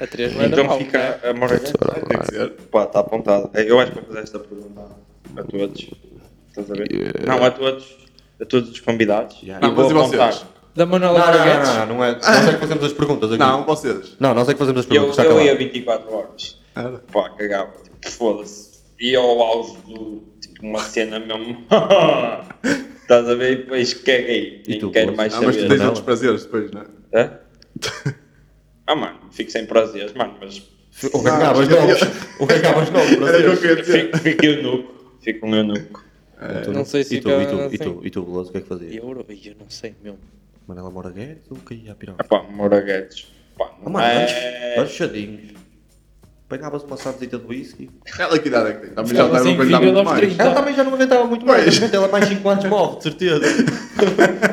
Speaker 4: A 3 não era
Speaker 3: Então
Speaker 4: mau, né?
Speaker 3: fica a Moraguete.
Speaker 2: Vai ter que ser.
Speaker 3: Pá, está apontado. É, Eu acho que vou fazer esta pergunta a todos. Estás a ver? Não, a todos. A todos os convidados.
Speaker 1: Yeah.
Speaker 3: E
Speaker 2: Não, mas
Speaker 3: vou
Speaker 2: e vocês?
Speaker 3: apontar.
Speaker 4: Da
Speaker 1: Não,
Speaker 4: Manuela
Speaker 1: não, não,
Speaker 4: Marguetes.
Speaker 1: não, não é. Nós é que fazemos as perguntas aqui.
Speaker 2: Não, vocês.
Speaker 1: Não, nós é que fazemos as
Speaker 3: Eu,
Speaker 1: perguntas. está
Speaker 3: eu ia
Speaker 1: calado.
Speaker 3: 24 horas.
Speaker 2: Era.
Speaker 3: Pá, cagava. Tipo, foda-se. Ia ao auge do. Tipo, uma cena mesmo. Estás a ver? E depois caguei.
Speaker 1: E tu,
Speaker 3: Nem quero
Speaker 1: Boas?
Speaker 3: mais
Speaker 2: Ah, mas tu
Speaker 3: saber.
Speaker 2: tens
Speaker 1: Não.
Speaker 2: outros prazeres depois, né?
Speaker 3: Hã? Ah, mano, fico sem prazeres, mano, mas.
Speaker 1: O que acabas
Speaker 2: Não, eu-
Speaker 1: novos. O que acabas novos,
Speaker 2: Era o que eu
Speaker 1: Brasil.
Speaker 2: queria dizer.
Speaker 3: Fico, fico eunuco. Fico um eunuco.
Speaker 4: Não sei se
Speaker 1: E tu,
Speaker 4: fica
Speaker 1: e tu, e
Speaker 4: assim.
Speaker 1: tu, e tu, Veloso, o que é que fazias?
Speaker 4: Euro? Ih, Eu não sei mesmo.
Speaker 1: Manela Moraguete ou caía a piroca?
Speaker 3: Ah, pá, moraguetes. Pá,
Speaker 1: Ah,
Speaker 3: não
Speaker 1: mano, antes,
Speaker 3: é.
Speaker 1: antes chadinhos. Pegavas uma saudita de whisky.
Speaker 2: Ela que idade é que tem? Também já
Speaker 4: Ela
Speaker 2: está a
Speaker 4: sem
Speaker 2: aguentar
Speaker 4: fígado
Speaker 2: muito
Speaker 4: aos
Speaker 2: mais.
Speaker 4: 30.
Speaker 1: Ela também já não aguentava muito mais. obviamente, Ela mais 5 anos morre, de certeza.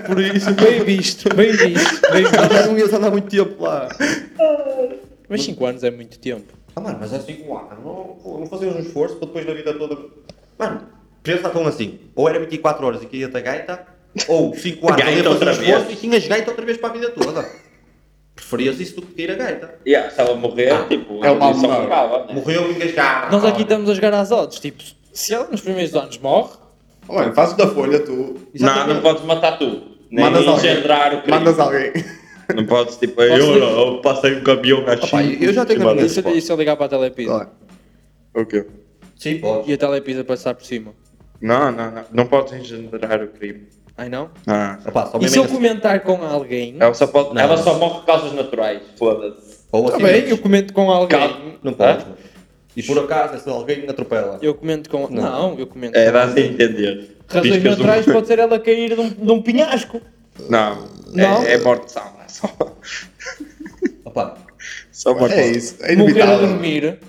Speaker 1: Por isso.
Speaker 4: Bem visto, bem visto, bem visto.
Speaker 1: Ela já não ia andar muito tempo lá.
Speaker 4: Mas 5 anos é muito tempo.
Speaker 1: Ah, mano, mas é 5 anos. Não, não fazias um esforço para depois da vida toda. Mano, pensa tão assim. Ou era 24 horas e caía-te a gaita, ou 5 anos ali a fazer
Speaker 3: Gaita
Speaker 1: um
Speaker 3: outra vez.
Speaker 1: esforço e tinhas gaita outra vez para a vida toda. Preferias isso do que cair a gaita.
Speaker 3: Yeah, se ela morrer, tipo,
Speaker 2: é uma
Speaker 3: a condição
Speaker 2: almofada.
Speaker 3: acaba, né?
Speaker 1: Morreu e engasgado.
Speaker 4: Nós aqui estamos a jogar às odds. Tipo, se ela nos primeiros anos morre,
Speaker 2: Olha, fazes da folha, tu
Speaker 3: Não, não podes matar tu. Nem
Speaker 2: Mandas alguém.
Speaker 3: engendrar o crime.
Speaker 2: mandas alguém.
Speaker 3: Não podes, tipo, eu, eu, passei um caminhão na
Speaker 1: Opa, eu já tenho a minha
Speaker 4: e se, e
Speaker 1: resposta.
Speaker 4: se eu ligar para a telepizza?
Speaker 2: Olha,
Speaker 3: O quê?
Speaker 1: Sim, podes.
Speaker 4: E a telepizza passar por cima?
Speaker 3: Não, não, não. Não podes engendrar o crime.
Speaker 4: Ai não?
Speaker 3: Ah.
Speaker 1: Opa, só
Speaker 4: E se
Speaker 1: mesmo
Speaker 4: eu
Speaker 1: assim.
Speaker 4: comentar com alguém?
Speaker 3: Ela só, pode,
Speaker 1: Não.
Speaker 3: ela só morre por causas naturais. Foda-se.
Speaker 1: Ou
Speaker 4: Tá
Speaker 1: assim.
Speaker 4: bem, eu comento com alguém.
Speaker 3: Calma.
Speaker 1: Não podes. mano. E por acaso, se alguém atropela.
Speaker 4: Eu comento com. Não, eu comento.
Speaker 3: É,
Speaker 4: com
Speaker 3: dá-se a
Speaker 4: alguém.
Speaker 3: entender.
Speaker 4: Razões
Speaker 3: Piscas um-
Speaker 4: naturais pode ser ela cair de um, de um pinhasco.
Speaker 3: Não.
Speaker 4: Não?
Speaker 3: É, é morte de sal. Só,
Speaker 1: Opa,
Speaker 3: só morte de
Speaker 2: É
Speaker 3: sal.
Speaker 2: isso, é
Speaker 4: Morrer a
Speaker 2: inevitável.
Speaker 4: dormir.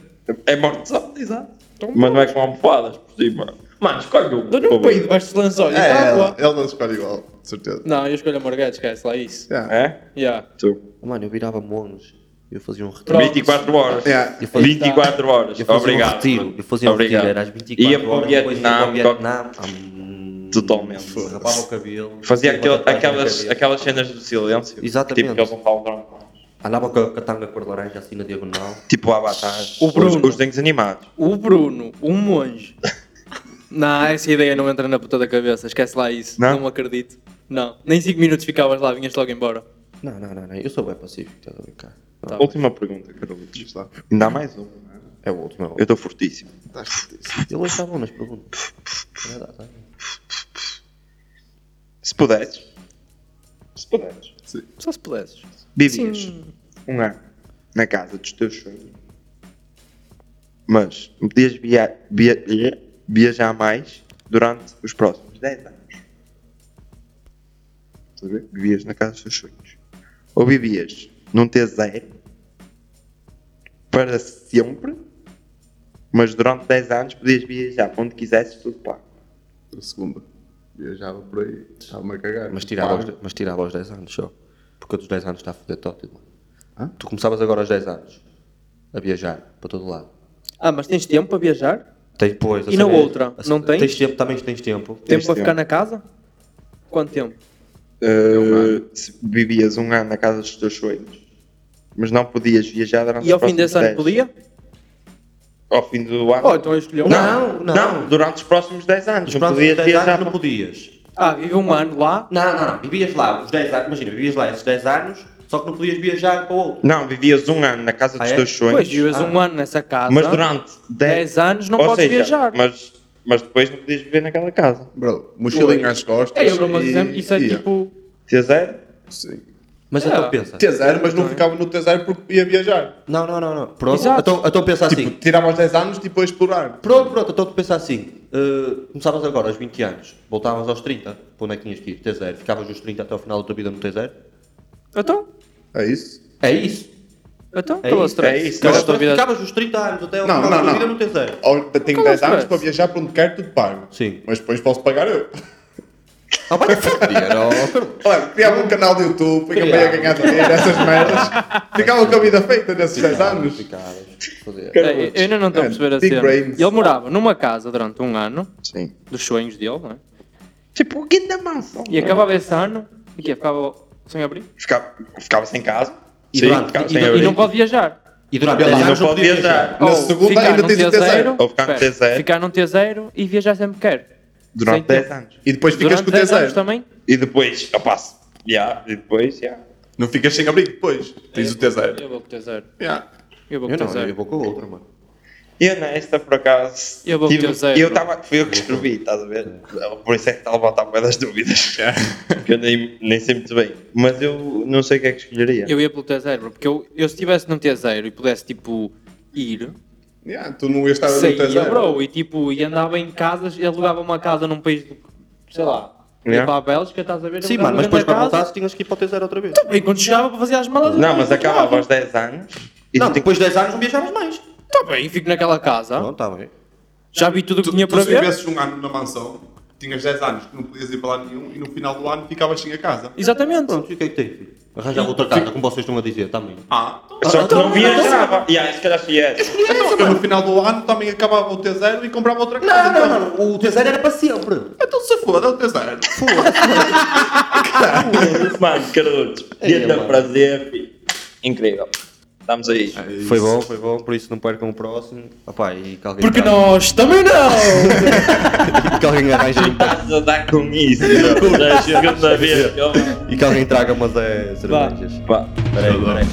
Speaker 3: É morte de sal, exato.
Speaker 4: Então,
Speaker 3: Mas não é com almofadas por cima. Mano, escolhe um.
Speaker 4: Dou-lhe
Speaker 3: por
Speaker 4: um
Speaker 3: favor.
Speaker 4: peido debaixo dos lençóis.
Speaker 2: É,
Speaker 4: tá
Speaker 2: ela,
Speaker 4: boa.
Speaker 2: ela não escolhe igual, de certeza.
Speaker 4: Não, eu escolho a Marguerite, esquece lá isso.
Speaker 2: Yeah.
Speaker 3: É?
Speaker 4: Yeah.
Speaker 3: Tu.
Speaker 1: mano, eu virava monge. Eu fazia um retiro.
Speaker 4: Pronto.
Speaker 3: 24 horas.
Speaker 2: Yeah.
Speaker 1: Eu fazia,
Speaker 3: 24 horas.
Speaker 1: eu fazia
Speaker 3: Obrigado.
Speaker 1: um retiro. Eu fazia um retiro, era às 24
Speaker 3: Ia para o
Speaker 1: horas. depois ia para o
Speaker 3: Vietnã.
Speaker 1: Vietnã. Hum,
Speaker 3: Totalmente.
Speaker 1: Rapava o cabelo.
Speaker 3: Fazia aquele-
Speaker 1: botava
Speaker 3: aquelas,
Speaker 1: no cabelo.
Speaker 3: aquelas cenas do silêncio.
Speaker 1: Exatamente.
Speaker 3: Tipo, que eles não falam tronco.
Speaker 1: Andava com a, com a tanga cor de laranja assim na diagonal.
Speaker 3: Tipo o Avatar.
Speaker 4: O Bruno.
Speaker 3: Os, os desenhos animados.
Speaker 4: O Bruno, um monge. não, essa ideia não entra na puta da cabeça, esquece lá isso.
Speaker 3: Não?
Speaker 4: Não, acredito. Não, nem 5 minutos ficavas lá, vinhas logo embora.
Speaker 1: Não, não, não, não. Eu sou bem pacífico, estás a ver cá. Não,
Speaker 4: Tá.
Speaker 3: Última pergunta, Carolitos.
Speaker 2: Está.
Speaker 3: Ainda há mais uma. não é?
Speaker 1: É o último, é o
Speaker 3: Eu
Speaker 1: último.
Speaker 3: estou fortíssimo.
Speaker 2: Tá
Speaker 1: Ele hoje está bom nas perguntas. É verdade, tá bom.
Speaker 3: Se puderes. Se puderes.
Speaker 4: Só se pudesses.
Speaker 3: Vivias um ano na casa dos teus sonhos. Mas não podias via- via- viajar mais durante os próximos 10 anos. Estás a ver? Vivias na casa dos teus sonhos. Ou vivias num T0 para sempre, mas durante 10 anos podias viajar para onde quisesses, tudo pago.
Speaker 2: A segunda. Viajava por aí, estava-me a cagar.
Speaker 1: Mas tirava,
Speaker 2: Pá.
Speaker 1: aos, mas tirava aos 10 anos só. Porque dos 10 anos está a foder tópico.
Speaker 2: Hã?
Speaker 1: Tu começavas agora aos 10 anos a viajar para todo lado.
Speaker 4: Ah, mas tens tempo para viajar?
Speaker 1: Tens, pois, a
Speaker 4: E na
Speaker 1: cena é-
Speaker 4: outra?
Speaker 1: a ce-
Speaker 4: Não tens?
Speaker 1: Tens tempo, também tens tempo.
Speaker 4: Tempo
Speaker 3: Tens
Speaker 4: para ficar
Speaker 3: tempo.
Speaker 4: na casa? Quanto tempo?
Speaker 3: Uh, se vivias um ano na casa dos teus sonhos, mas não podias viajar durante
Speaker 4: E ao
Speaker 3: os
Speaker 4: fim
Speaker 3: próximos
Speaker 4: desse ano
Speaker 3: 10.
Speaker 4: podia?
Speaker 3: Ao fim do ano?
Speaker 4: Oh, então eu escolhi um
Speaker 1: Não,
Speaker 4: ano.
Speaker 1: não.
Speaker 3: Não, durante os próximos 10 anos.
Speaker 1: Os
Speaker 3: não
Speaker 1: próximos
Speaker 3: podias
Speaker 1: 10
Speaker 3: viajar.
Speaker 1: anos não podias.
Speaker 4: Ah, vive um ano lá.
Speaker 1: Não, não, não. Vivias lá os 10 anos. Imagina, vivias lá esses 10 anos, só que não podias viajar para outro.
Speaker 3: Não, vivias um ano na casa
Speaker 1: Ah,
Speaker 3: dos
Speaker 1: é?
Speaker 3: teus
Speaker 4: Pois,
Speaker 3: sonhos,
Speaker 4: vives um ano nessa casa.
Speaker 3: mas durante 10
Speaker 4: 10 anos não
Speaker 3: Ou
Speaker 4: podes
Speaker 3: seja,
Speaker 4: viajar.
Speaker 3: Mas, mas depois não podias viver naquela casa.
Speaker 2: Bro, mochilinha às costas.
Speaker 4: É, eu, mas
Speaker 2: e-
Speaker 4: isso é
Speaker 2: e-
Speaker 4: tipo.
Speaker 3: T0?
Speaker 2: Sim.
Speaker 1: Mas
Speaker 4: É.
Speaker 1: então pensa.
Speaker 2: T0, mas não ficava no T0 porque ia viajar.
Speaker 1: Não, não, não. não. Pronto,
Speaker 4: Exato.
Speaker 1: então, então pensa assim.
Speaker 2: Tipo, tirava aos 10 anos tipo, a explorar.
Speaker 1: Pronto, pronto. Então tu pensa assim. Uh, começavas agora aos 20 anos, voltavas aos 30, para onde é que tinhas que ir? T0. Ficavas dos 30 até ao final da tua vida no T0?
Speaker 4: Então,
Speaker 2: É isso?
Speaker 1: É isso.
Speaker 4: então,
Speaker 1: É
Speaker 4: acabou o
Speaker 1: isso,
Speaker 4: stress.
Speaker 3: é isso.
Speaker 4: Acabou a
Speaker 1: Agora,
Speaker 4: tua vida.
Speaker 1: Ficavas dos 30 anos até ao
Speaker 2: Não,
Speaker 1: final
Speaker 2: não,
Speaker 1: da
Speaker 2: não.
Speaker 1: tua vida no T0.
Speaker 2: Ou, eu tenho
Speaker 4: Como
Speaker 2: 10
Speaker 4: se
Speaker 2: anos
Speaker 4: fosse?
Speaker 2: para viajar para onde quer, tudo pago.
Speaker 1: Sim.
Speaker 2: Mas depois posso pagar eu.
Speaker 1: Ah, vai te foder, ó, Carlos.
Speaker 2: Olha, criava um canal do YouTube, fica bem a ganhar dinheiro, essas merdas. Ficava com a vida feita nesses 10 anos.
Speaker 1: Ficavas, foder.
Speaker 4: É, eu ainda não estou a
Speaker 2: É,
Speaker 4: perceber a
Speaker 2: big
Speaker 4: cena.
Speaker 2: brains.
Speaker 4: Ele morava numa casa durante um ano,
Speaker 3: Sim.
Speaker 4: dos sonhos dele, não é?
Speaker 3: Tipo, o que da mansão?
Speaker 4: E acabava esse ano, e que ficava sem abrir?
Speaker 3: Ficava, ficava sem casa.
Speaker 1: E
Speaker 3: Sim,
Speaker 1: durante-
Speaker 3: ficava
Speaker 1: e
Speaker 3: sem
Speaker 1: du-
Speaker 4: E
Speaker 3: abrigo.
Speaker 4: não pode viajar.
Speaker 1: E durante
Speaker 2: Vê lá,
Speaker 1: 10 anos
Speaker 3: Ah, não
Speaker 1: não
Speaker 3: pode
Speaker 1: podias
Speaker 3: viajar.
Speaker 1: viajar.
Speaker 2: Na segunda ainda
Speaker 4: num
Speaker 2: tens o T0.
Speaker 3: Ou ficar num
Speaker 4: espera,
Speaker 3: T0.
Speaker 4: Ficar num T0 e viajar sempre que quer.
Speaker 3: Durante
Speaker 4: Sem
Speaker 3: 10
Speaker 4: tempo.
Speaker 3: anos.
Speaker 2: E depois ficas
Speaker 4: Durante
Speaker 2: com o
Speaker 4: 10 anos
Speaker 2: T0.
Speaker 4: também?
Speaker 3: E depois, eu passo. Já, e depois, já.
Speaker 2: Não ficas sem abrigo depois. Tens o T0.
Speaker 4: Eu vou com o T0.
Speaker 2: Yeah.
Speaker 4: Eu vou com
Speaker 1: Eu
Speaker 4: o
Speaker 1: não, eu
Speaker 4: T0.
Speaker 1: vou com a outra, mano.
Speaker 3: Eu nesta, por acaso.
Speaker 4: Eu vou
Speaker 3: tive-
Speaker 4: meter zero.
Speaker 3: Eu estava. Fui eu que escrevi, estás a ver? Por isso é que está a levantar bué das dúvidas. que eu nem, nem sei muito bem. Mas eu não sei o que é que escolheria.
Speaker 4: Eu ia pelo T0, bro, porque eu, eu se estivesse num T0 e pudesse, tipo, ir,
Speaker 2: Yeah, tu não ias estar no
Speaker 4: saía,
Speaker 2: T0.
Speaker 4: bro, e tipo, e andava em casas, e alugava uma casa num país, do- sei lá,
Speaker 3: Yeah.
Speaker 4: ia para a Bélgica, estás a ver?
Speaker 1: Sim,
Speaker 4: alugava
Speaker 1: mano, mas
Speaker 4: uma
Speaker 1: depois para
Speaker 4: grande casa.
Speaker 1: voltar tinhas que ir para o T0 outra vez.
Speaker 4: E quando chegava para fazer as malas... eu
Speaker 3: Não, mas
Speaker 4: voltava.
Speaker 3: acabava aos 10 anos. E
Speaker 1: Não,
Speaker 3: tu tens-
Speaker 1: depois de 10 anos não viajavas mais.
Speaker 4: Tá bem, fico naquela casa.
Speaker 1: Não, tá bem.
Speaker 4: Já vi tudo o que
Speaker 2: Tu,
Speaker 4: tinha
Speaker 2: tu
Speaker 4: para
Speaker 2: se
Speaker 4: ver.
Speaker 2: vivesses um ano na mansão, tinhas 10 anos que não podias ir para lá nenhum e no final do ano ficavas sem a casa.
Speaker 4: Exatamente.
Speaker 1: Pronto, e o que é que tem, filho? Arranjava outra casa, como vocês estão a dizer, também.
Speaker 2: Ah,
Speaker 3: Só que
Speaker 4: Então,
Speaker 3: não viajava. E aí, se calhar fui essa.
Speaker 2: então eu no final do ano também acabava o T0 e comprava outra casa.
Speaker 1: Não, não,
Speaker 2: então.
Speaker 1: não, o T0 era para sempre.
Speaker 2: Então se foda, é o T0.
Speaker 3: Mano, carotos.
Speaker 1: Ei,
Speaker 3: Dia da
Speaker 1: mano.
Speaker 3: prazer, filho. Incrível. Estamos aí.
Speaker 1: Foi bom, foi bom, por isso não percam o próximo. Opá, e que alguém,
Speaker 4: Porque
Speaker 1: arranje-
Speaker 4: nós também não!
Speaker 1: e que alguém arranje um ba-
Speaker 3: Estás a dar com isso. Já chegamos a ver.
Speaker 1: e que alguém traga umas é, cervejas.
Speaker 3: Pá, peraí, peraí.